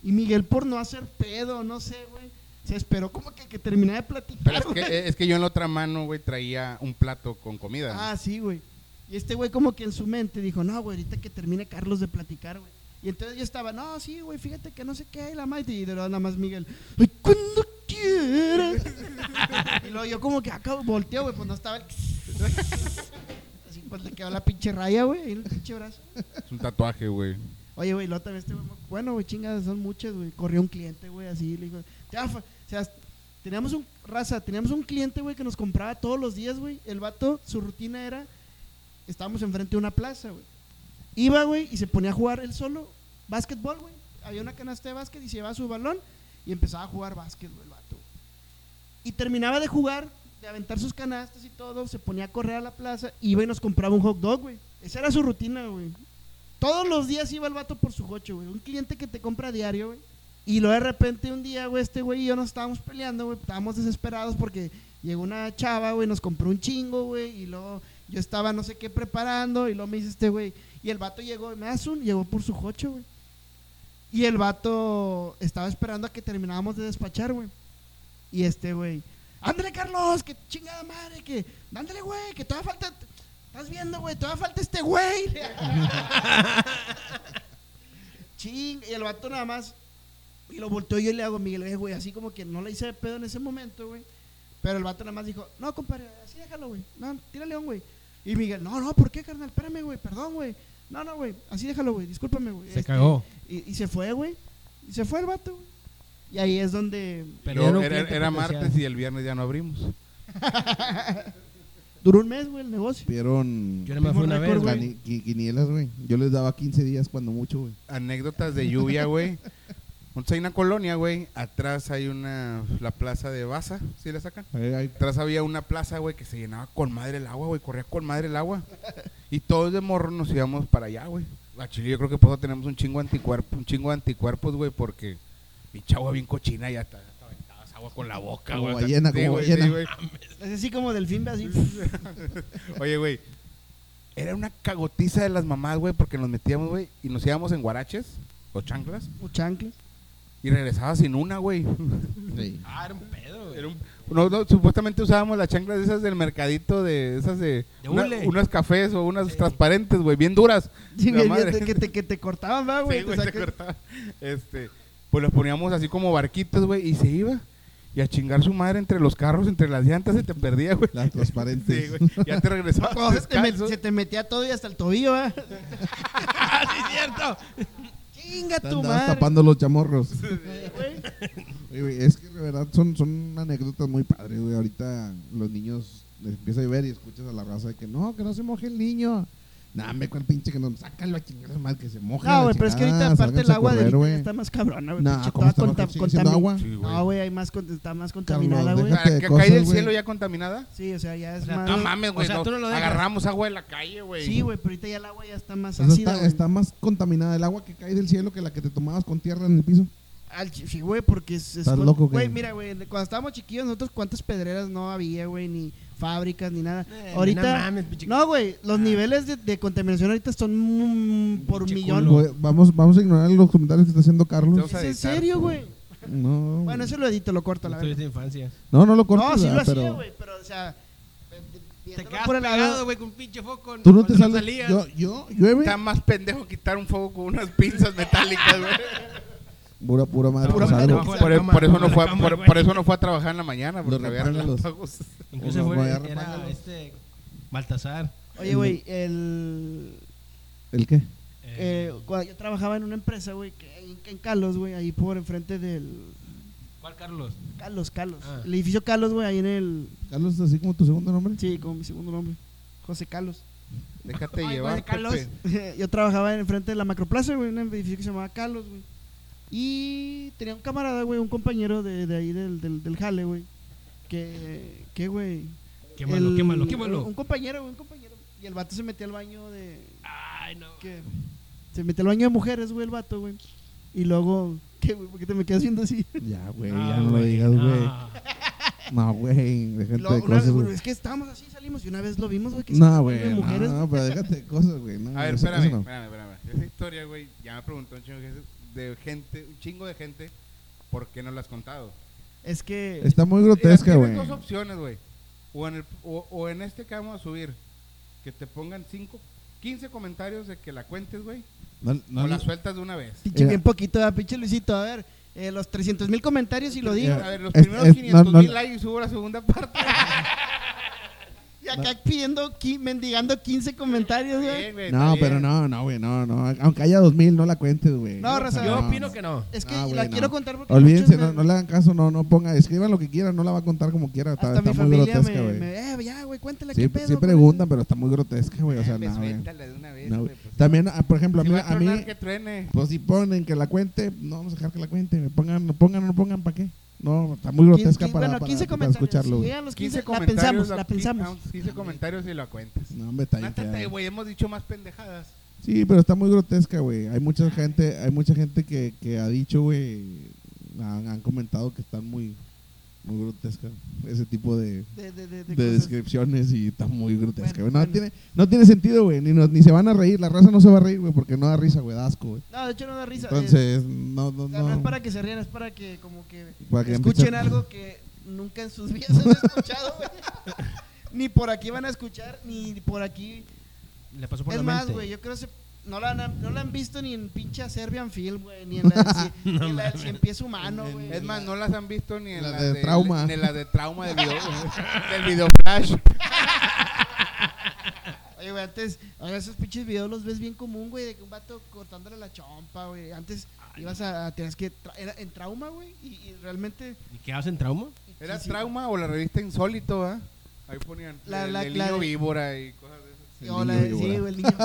Y Miguel por no hacer pedo, no sé, güey, se esperó como que, que terminara de platicar,
Pero es
güey.
que, eh, es que yo en la otra mano, güey, traía un plato con comida.
Ah, sí, güey. Y este güey como que en su mente dijo, no, güey, ahorita que termine Carlos de platicar, güey. Y entonces yo estaba, no, sí, güey, fíjate que no sé qué, y la maite. Y de verdad nada más Miguel, ay, cuando quieras. <laughs> y luego yo como que acabo, volteo, güey, pues no estaba el... <laughs> Así pues le quedó la pinche raya, güey, ahí en el pinche brazo.
Es un tatuaje, güey.
Oye, güey, la otra vez, este güey, bueno, güey, chingadas, son muchas, güey. Corrió un cliente, güey, así, le dijo, ya, fa- o sea, teníamos un, raza, teníamos un cliente, güey, que nos compraba todos los días, güey. El vato, su rutina era, estábamos enfrente de una plaza, güey. Iba, güey, y se ponía a jugar él solo, básquetbol, güey. Había una canasta de básquet y se llevaba su balón y empezaba a jugar básquet, güey, el vato. güey. Y terminaba de jugar, de aventar sus canastas y todo, se ponía a correr a la plaza, iba y nos compraba un hot dog, güey. Esa era su rutina, güey. Todos los días iba el vato por su coche, güey. Un cliente que te compra diario, güey. Y luego de repente un día, güey, este güey y yo nos estábamos peleando, güey. Estábamos desesperados porque llegó una chava, güey, nos compró un chingo, güey. Y luego yo estaba no sé qué preparando y luego me dice este güey. Y el vato llegó, me hace un, llegó por su coche, güey. Y el vato estaba esperando a que terminábamos de despachar, güey. Y este güey, ándale, Carlos, que chingada madre, que, ándale, güey, que todavía falta, estás viendo, güey, todavía falta este güey. <laughs> Ching, y el vato nada más, y lo volteó y yo le hago, Miguel, eh, güey, así como que no le hice de pedo en ese momento, güey. Pero el vato nada más dijo, no, compadre, así déjalo, güey, no, tírale un, güey. Y Miguel, no, no, ¿por qué, carnal? Espérame, güey, perdón, güey. No, no, güey, así déjalo, güey, discúlpame, güey.
Se
Este,
cagó.
y, y se fue, güey. Y se fue el vato, güey. Y ahí es donde
Pero
Yo-
era un
era
cliente
era
potencial.
martes y el viernes ya no abrimos.
duró un mes, güey, el negocio.
Vieron
Yo nomás fui una vez,
récord,
güey.
cani- qui- quinielas, güey. Yo les daba 15 días cuando mucho, güey.
Anécdotas de lluvia, güey. Entonces hay una colonia, güey. Atrás hay una, la plaza de Baza, ¿sí la sacan?
Ahí- ahí-
Atrás había una plaza, güey, que se llenaba con madre el agua, güey. Corría con madre el agua. Y todos de morro nos íbamos para allá, güey. La chile, yo creo que por eso tenemos un chingo de anticuerpos, un chingo de anticuerpos, güey, porque mi agua bien cochina y hasta, hasta aventabas agua con la boca,
Como
güey.
ballena,
Sí,
como
güey,
ballena.
sí, güey. <laughs>
Es así como delfín, ve así.
Oye, güey. Era una cagotiza de las mamás, güey, porque nos metíamos, güey, y nos íbamos en guaraches o chanclas
o chanclas.
y regresaba sin una, güey.
sí.
Ah, era un pedo, güey.
Era un- no, no, supuestamente usábamos las chanclas de esas del mercadito, de esas de,
De
una-
hule.
unas cafés o unas
Sí.
transparentes, güey, bien duras.
Sí,
La
güey,
madre. <laughs>
que, te, que te cortaban, ¿verdad, güey? Te
Sí, <laughs> güey, te
saca-
cortaba. Este, pues los poníamos así como barquitos, güey, y se iba. y a chingar su madre entre los carros, entre las llantas, se te perdía, güey.
Las
Sí,
transparentes. <laughs>
güey. Ya te
<laughs>
regresaba.
Cuando Pues, se, te met-
descalzo.
se te metía todo y hasta el
<laughs>
tobillo, ¿ah?
¡Ah, sí, es cierto!
Chinga
Te
tu
andabas
madre.
tapando los chamorros.
güey.
Oye, güey, es que de verdad son, son anécdotas muy padres, güey. Ahorita los niños les empieza a ver y escuchas a la raza de que no, que no se moje el niño. Nah, me cuál pinche que no, sácalo a chingar a su madre, que se moje.
No, güey, pero es que ahorita aparte el agua de ahorita ya está más cabrona, güey.
Nah,
pinche,
¿cómo está
toda
mojada?
contam-
¿Sigue siendo
contamin-
agua?
Sí, güey.
No, güey, hay más, con- está más
Cabrón,
contaminada, güey.
deja-
Ah,
de
¿Que
cosas,
cae del
güey.
cielo ya contaminada?
Sí, o sea, ya es
O sea,
más...
No mames,
o
güey.
sea,
no.
tú no lo dejas.
Agarramos agua de la calle, güey.
Sí, güey, pero ahorita ya el agua ya está más
O sea,
ácida,
está,
güey.
está más contaminada el agua que cae del cielo que la que te tomabas con tierra en el piso.
Al chi- sí, güey, porque es... es
Estás
con-
loco,
Güey,
¿qué?
mira, güey, cuando estábamos chiquillos nosotros cuántas pedreras no había, güey, ni fábricas, ni nada.
Eh,
ahorita...
No mames, pinche.
No, güey, los
Ah.
niveles de, de contaminación ahorita son mm, por
Pinche
millón.
culo.
Güey, vamos, vamos a ignorar los comentarios que está haciendo Carlos.
Vamos
¿Es
a
en
editar.
serio, güey?
No,
Bueno, eso lo edito, lo corto, la
Tuviste
verdad.
infancia.
no, no lo cortes.
No, sí lo
¿verdad?
hacía,
pero
güey, pero, o sea...
Te
viéndolo
quedas
por el lado-
pegado, güey, con un pinche foco.
Tú no
cuando
te sales.
salías.
Yo, yo, llueve.
Está más pendejo quitar un fuego con unas pinzas metálicas, güey. <laughs>
Pura, pura madre.
Pura
pues,
madre,
algo.
bajo la
Por, e-
cama,
por eso
bajo
no
la
fue, a-
cama,
por,
güey.
por eso no fue a trabajar en la mañana, porque
Los
había
repáralos.
relámpagos.
Incluso
Uno
fue,
voy a
era
reparar.
este Baltasar.
Oye, güey, el...
¿El qué?
eh, cuando yo trabajaba en una empresa, güey, que en, en Carlos, güey, ahí por enfrente del...
¿Cuál Carlos?
Carlos, Carlos.
Ah.
El edificio Carlos, güey, ahí en el...
Carlos, así como tu segundo nombre.
Sí, como mi segundo nombre. José Carlos.
Déjate
Ay,
llevar,
güey, Carlos.
Pepe.
<laughs> yo trabajaba en enfrente de la Macroplaza, güey, en un edificio que se llamaba Carlos, güey. Y tenía un camarada, güey, un compañero de, de ahí del, del, del jale, güey. Que, que, güey.
Quémalo,
el-
quémalo, quémalo.
Un compañero, güey, un compañero. Y el vato se metía al baño de,
Ay, no.
que se metió al baño de mujeres, güey, el vato, güey. Y luego, <laughs> ¿qué, güey? ¿Por qué te me quedas viendo así?
Ya, güey,
Ah,
Eh, ya no lo
güey,
digas, güey.
ah.
No, güey, déjate
Luego,
de
una vez,
cosas,
güey,
güey.
es que estábamos así, salimos y una vez lo vimos, güey, que se
No,
metió al baño
güey,
de mujeres.
no, no, pero déjate de cosas, güey. No,
A ver,
Mm, eso-
espérame,
eso no.
espérame, espérame. Esa historia, güey, ya me preguntó un chingo de gente- de gente, un chingo de gente, ¿por qué no la has contado?
Es que
Está muy
Mira,
grotesca,
tienes
güey.
dos opciones, güey. O en, el, o, o en este que vamos a subir, que te pongan cinco, 15 comentarios de que la cuentes, güey,
No, no
o la
le-
sueltas de una vez.
pinche
Mira.
bien poquito, ¿verdad? pinche Luisito, a ver, eh, los 300 mil comentarios y lo digo.
Mira.
A ver, los
Es-
primeros
es- no,
500
no,
mil
no.
likes y subo la segunda parte.
Y acá pidiendo, qui- mendigando 15 comentarios, güey.
Bien, güey, está
no, pero
bien.
no, no, güey, no, no. Aunque haya dos mil, no la cuentes, güey.
No, raza,
Yo
No.
opino que no.
Es que
Ah, güey,
la
no.
quiero contar porque
Olvídense,
muchos
no,
me-
no le hagan caso, no, no ponga, escriban lo que quieran, no la va a contar como quiera. Está,
hasta
está
mi
muy
familia
grotesca,
me,
güey.
me- eh, ya, güey, cuéntale
Sí,
qué pedo.
sí
con
preguntan, pero está muy grotesca, güey. O sea,
Ah, pues,
nada, güey.
suéltala de una vez,
No,
güey,
güey.
pues,
También, ah, por ejemplo, a
si
mí,
va a
a
tronar,
mí,
que truene.
pues si ponen que la cuente, no vamos a dejar que la cuente. Me pongan, no pongan, no pongan, ¿para qué? No, está muy
Quin-
grotesca
quin-
para,
bueno,
para-
15
para
comentarios.
escucharlo,
si
güey.
llegan los 15, la
comentarios,
pensamos, la
quin-
pensamos.
ah, 15 comentarios y la cuentas.
No, hombre, está bien
Mátate,
fea.
güey, hemos dicho más pendejadas.
Sí, pero está muy grotesca, güey. Hay mucha gente, hay mucha gente que, que ha dicho, güey, han, han comentado que están muy, muy grotescas ese tipo de,
De, de, de, de
de
cosas.
descripciones y está muy grotesca,
Bueno,
güey. No,
bueno.
tiene, no tiene sentido, güey. Ni, nos- ni se van a reír, la raza no se va a reír, güey, porque no da risa, güey, da asco, güey.
No, de hecho no da risa. eh,
Entonces, no, no,
O sea, no es
no.
para que se rían, es para que como que
Para que
escuchen
empiece-
algo que nunca en sus vidas han escuchado, güey. <laughs> ni por aquí van a escuchar, ni por aquí.
Le pasó por
es
la
más,
mente.
güey, yo creo que no la, han, no la han visto ni en pinche Serbian Film, güey, ni en la del, cien- ni en la del cien pies humano,
En-
güey.
Es más, no las han visto ni en
Las
la
de trauma.
Ni en la de trauma
<laughs>
del video, del video flash.
Oye, güey, antes, ahora esos pinches videos los ves bien común, güey, de que un vato cortándole la chompa, güey. Antes ibas a, a- tenías que, tra- era en trauma, güey, y, y realmente...
¿Y qué hacen trauma?
¿Era
sí, sí.
Trauma o la revista Insólito, ah? Ahí ponían
La-
el,
la-
el
la
niño
de-
víbora y cosas de esas.
El
o la
niño
de- sí,
víbora.
güey, el niño.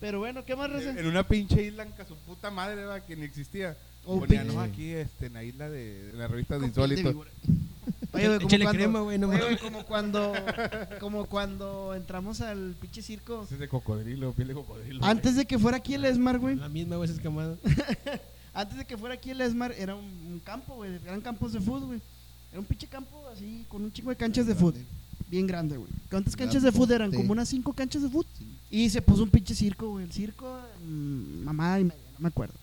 Pero bueno, ¿qué más, Raza?
Eh, En una pinche isla en que su puta madre, ¿verdad? que ni existía.
Oh,
Ponían,
pinche.
no, aquí este, en la isla de en la revista
Con
de
piel de
Insólito.
víbora. Oye, güey, como
Échale
cuando,
crema, güey, no
oye,
mames.
güey, como cuando, como cuando entramos al pinche circo.
Ese es de cocodrilo, piel de cocodrilo.
Antes de que fuera aquí el Esmar, güey.
La misma, güey, esa escamada.
<laughs> Antes de que fuera aquí el Esmar, era un, un campo, güey. Eran campos de fútbol, güey. Era un pinche campo así, con un chingo de canchas de fútbol. Bien grande, güey. ¿Cuántas canchas de fútbol eran?
Grandote.
Como unas cinco canchas de fútbol. Y se puso un pinche circo, güey. El circo, mm, mamá y media, no me acuerdo.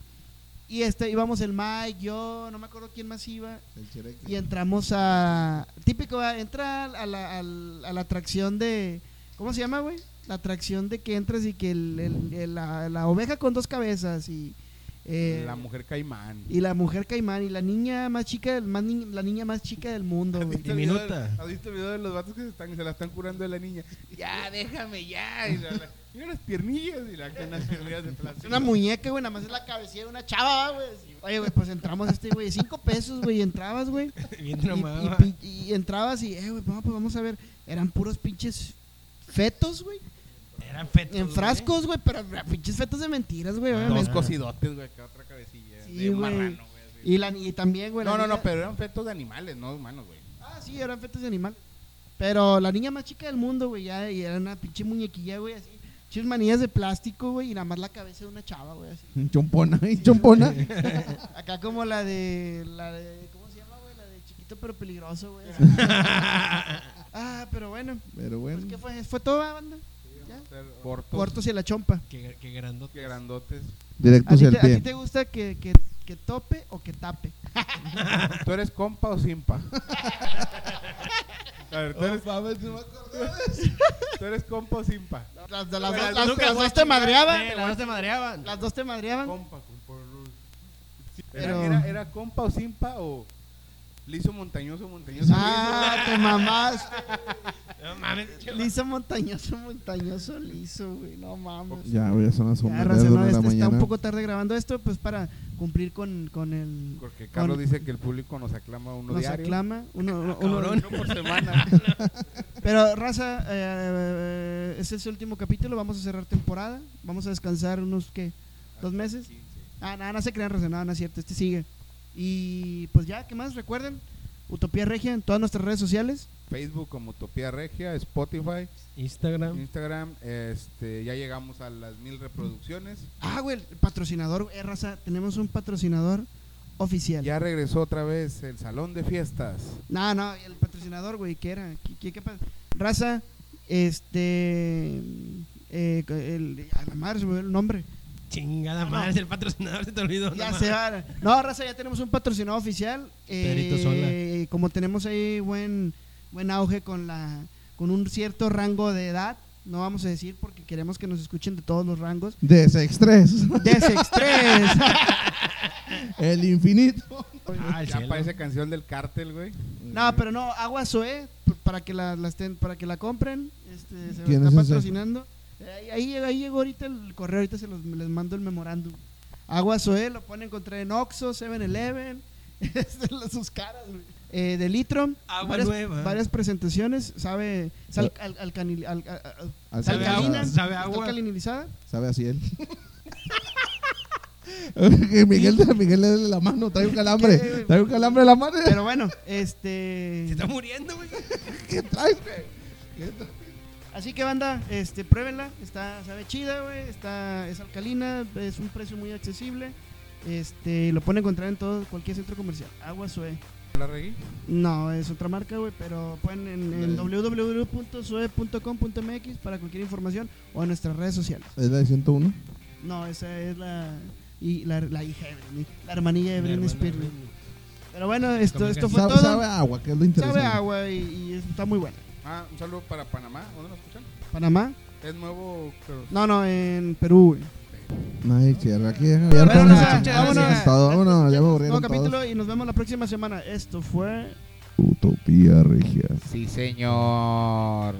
Y este, íbamos el Mike, yo, no me acuerdo quién más iba.
El Chereque.
Y entramos a. Típico, ¿verdad? entra a la, al- a la atracción de. ¿Cómo se llama, güey? La atracción de que entras y que el- el- el- la, la oveja con dos cabezas y Eh,
La mujer caimán.
Y la mujer caimán y la niña más chica, del, más ni- la niña más chica del mundo, güey.
¿Has visto el video de-
diminuta.
¿Has visto el video de los vatos que se, están, se la están curando de la niña? Ya, déjame, ya. Y la- la- mira las piernillas y la, con las piernillas de
Es
plástico.
una muñeca, güey, nada más es la cabecilla de una chava, ¿va, güey. Oye, güey, pues entramos este, güey, cinco pesos, güey, y entrabas,
<laughs>
güey.
<laughs> Bien
Y, y
tramado.
pin- y entrabas y, eh, güey, vamos, pues vamos a ver. Eran puros pinches fetos, güey.
Eran fetos.
En
güey.
frascos, güey, pero ah, pinches fetos de mentiras, güey,
Ah,
obviamente.
Dos cocidotes, güey, acá otra cabecilla.
Sí,
de un
güey.
marrano, güey. así.
Y, la, y también, güey. la
No, no,
niña-
no, pero eran fetos de animales, no humanos, güey.
Ah, sí, eran fetos de animal. Pero la niña más chica del mundo, güey, ya y era una pinche muñequilla, güey, así. Chis manillas de plástico, güey, y nada más la cabeza de una chava, güey, así.
Chompona, ¿eh?
<laughs>
chompona.
Pues, Acá como la de, la de, ¿cómo se llama, güey? La de chiquito pero
<laughs>
peligroso, güey. así. ah, pero bueno,
Pero
pues,
bueno. Pues,
¿qué fue? ¿Fue toda banda? Ya.
Cortos.
Cortos y la chompa.
Qué, qué grandote.
Qué grandotes.
Directo
¿A ti,
hacia
te,
pues, el
a ti
pie.
te gusta que, que, que tope o que tape?
¿Tú eres compa o <laughs> simpa? A ver, ¿tú eres, <laughs> ¿tú eres compa o simpa?
Las, las- las
Pero
dos-
las
las-
nunca
las dos te madreaban.
Te, las te madreaban.
Las dos te madreaban.
Compa, compa. Sí,
Pero-
Era, era, era compa o simpa o liso montañoso, montañoso.
Ah, te mamás.
<laughs>
No mames. che,
Liso montañoso, montañoso, liso, güey. No mames.
Ya, güey, ya Pues, son las
Ya,
una
raza,
de
no,
la
este está un
mañana.
poco tarde grabando esto, pues para cumplir con, con el.
Porque Carlos
Con-
dice que el público nos aclama uno
nos
diario. Ah,
aclama. Uno, uno-
Cabrón.
Uno por semana.
<laughs> Pero, raza, eh, ese es el último capítulo. Vamos a cerrar temporada. Vamos a descansar unos, ¿qué? ¿Dos meses? Ah, nada, no se crean, raza. Nada, no es cierto. Este sigue. Y pues ya, ¿qué más? Recuerden, Utopía Regia en todas nuestras redes sociales.
Facebook como Utopía Regia, Spotify,
Ah.
Instagram.
Instagram. Este, ya llegamos a las mil reproducciones.
Ah, güey, el patrocinador, güey, raza. Tenemos un patrocinador oficial.
Ya regresó otra vez el salón de fiestas.
No, no, el patrocinador, güey, que era. ¿Qué, qué- qué pa- Raza, este. eh, el, a la madre se me olvidó el nombre.
Chingada madre, es el patrocinador se te olvidó. <laughs> no
Ya
mames.
se va. No, Raza, ya tenemos un patrocinador oficial.
Pedrito
eh, Como tenemos ahí buen, buen auge con, la, con un cierto rango de edad, no vamos a decir porque queremos que nos escuchen de todos los rangos.
De sex 3.
De sex tres.
<laughs> El infinito.
Ah, el
ya
cielo.
aparece canción del cártel, güey.
No, pero no, Agua Zoé, p- para que la, la estén, para que la compren, este, se
¿Quién
está
es ese?
patrocinando. Eh, Ahí, ahí, llegó- ahí llegó ahorita el correo, ahorita se los, les mando el memorándum. Agua Zoé lo pueden encontrar en Oxxo, <laughs> 7-Eleven, este, las- sus caras, güey. Eh, de litro,
Agua
varias,
Ah, nueva.
varias presentaciones, sabe, es al- al- alcanil- al- al- al-
Al
está
Eh. Sabe
alcalina,
agua, sabe
está
agua.
alcalinizada.
Sabe así él. <laughs> Que Miguel, Miguel le dé la mano, trae un calambre.
¿Qué, güey?
Trae un calambre en la mano.
Pero bueno, <laughs> este,
Se está muriendo, güey.
¿Qué traes, güey? ¿Qué traes?
Así que banda, este, pruébenla, está, sabe chida, güey, está, es alcalina, es un precio muy accesible, este, lo pueden encontrar en todo, cualquier centro comercial, Agua Sue.
¿La regué?
No, es otra marca, güey, pero pueden en, en
Vale.
www.sue.com.mx para cualquier información o en nuestras redes sociales.
Es la de 101.
No, esa es la, y la, la hija de Britney, la hermanilla de Britney Spears. güey. Pero bueno, esto, esto fue
Sabe,
todo.
sabe
Sabe,
a agua, que es lo interesante.
agua y, y está muy buena.
Ah, un saludo para Panamá. ¿Dónde nos escuchan?
Panamá,
Es nuevo, pero
no, no, en Perú, güey.
Nadie cierra aquí. Deja ya
Bueno,
todos
nada,
nos chingamos
vámonos.
con todo. Vámonos, ya me aburrieron
Nuevo
todos.
capítulo y nos vemos la próxima semana. Esto fue
Utopía regia.
Sí, señor.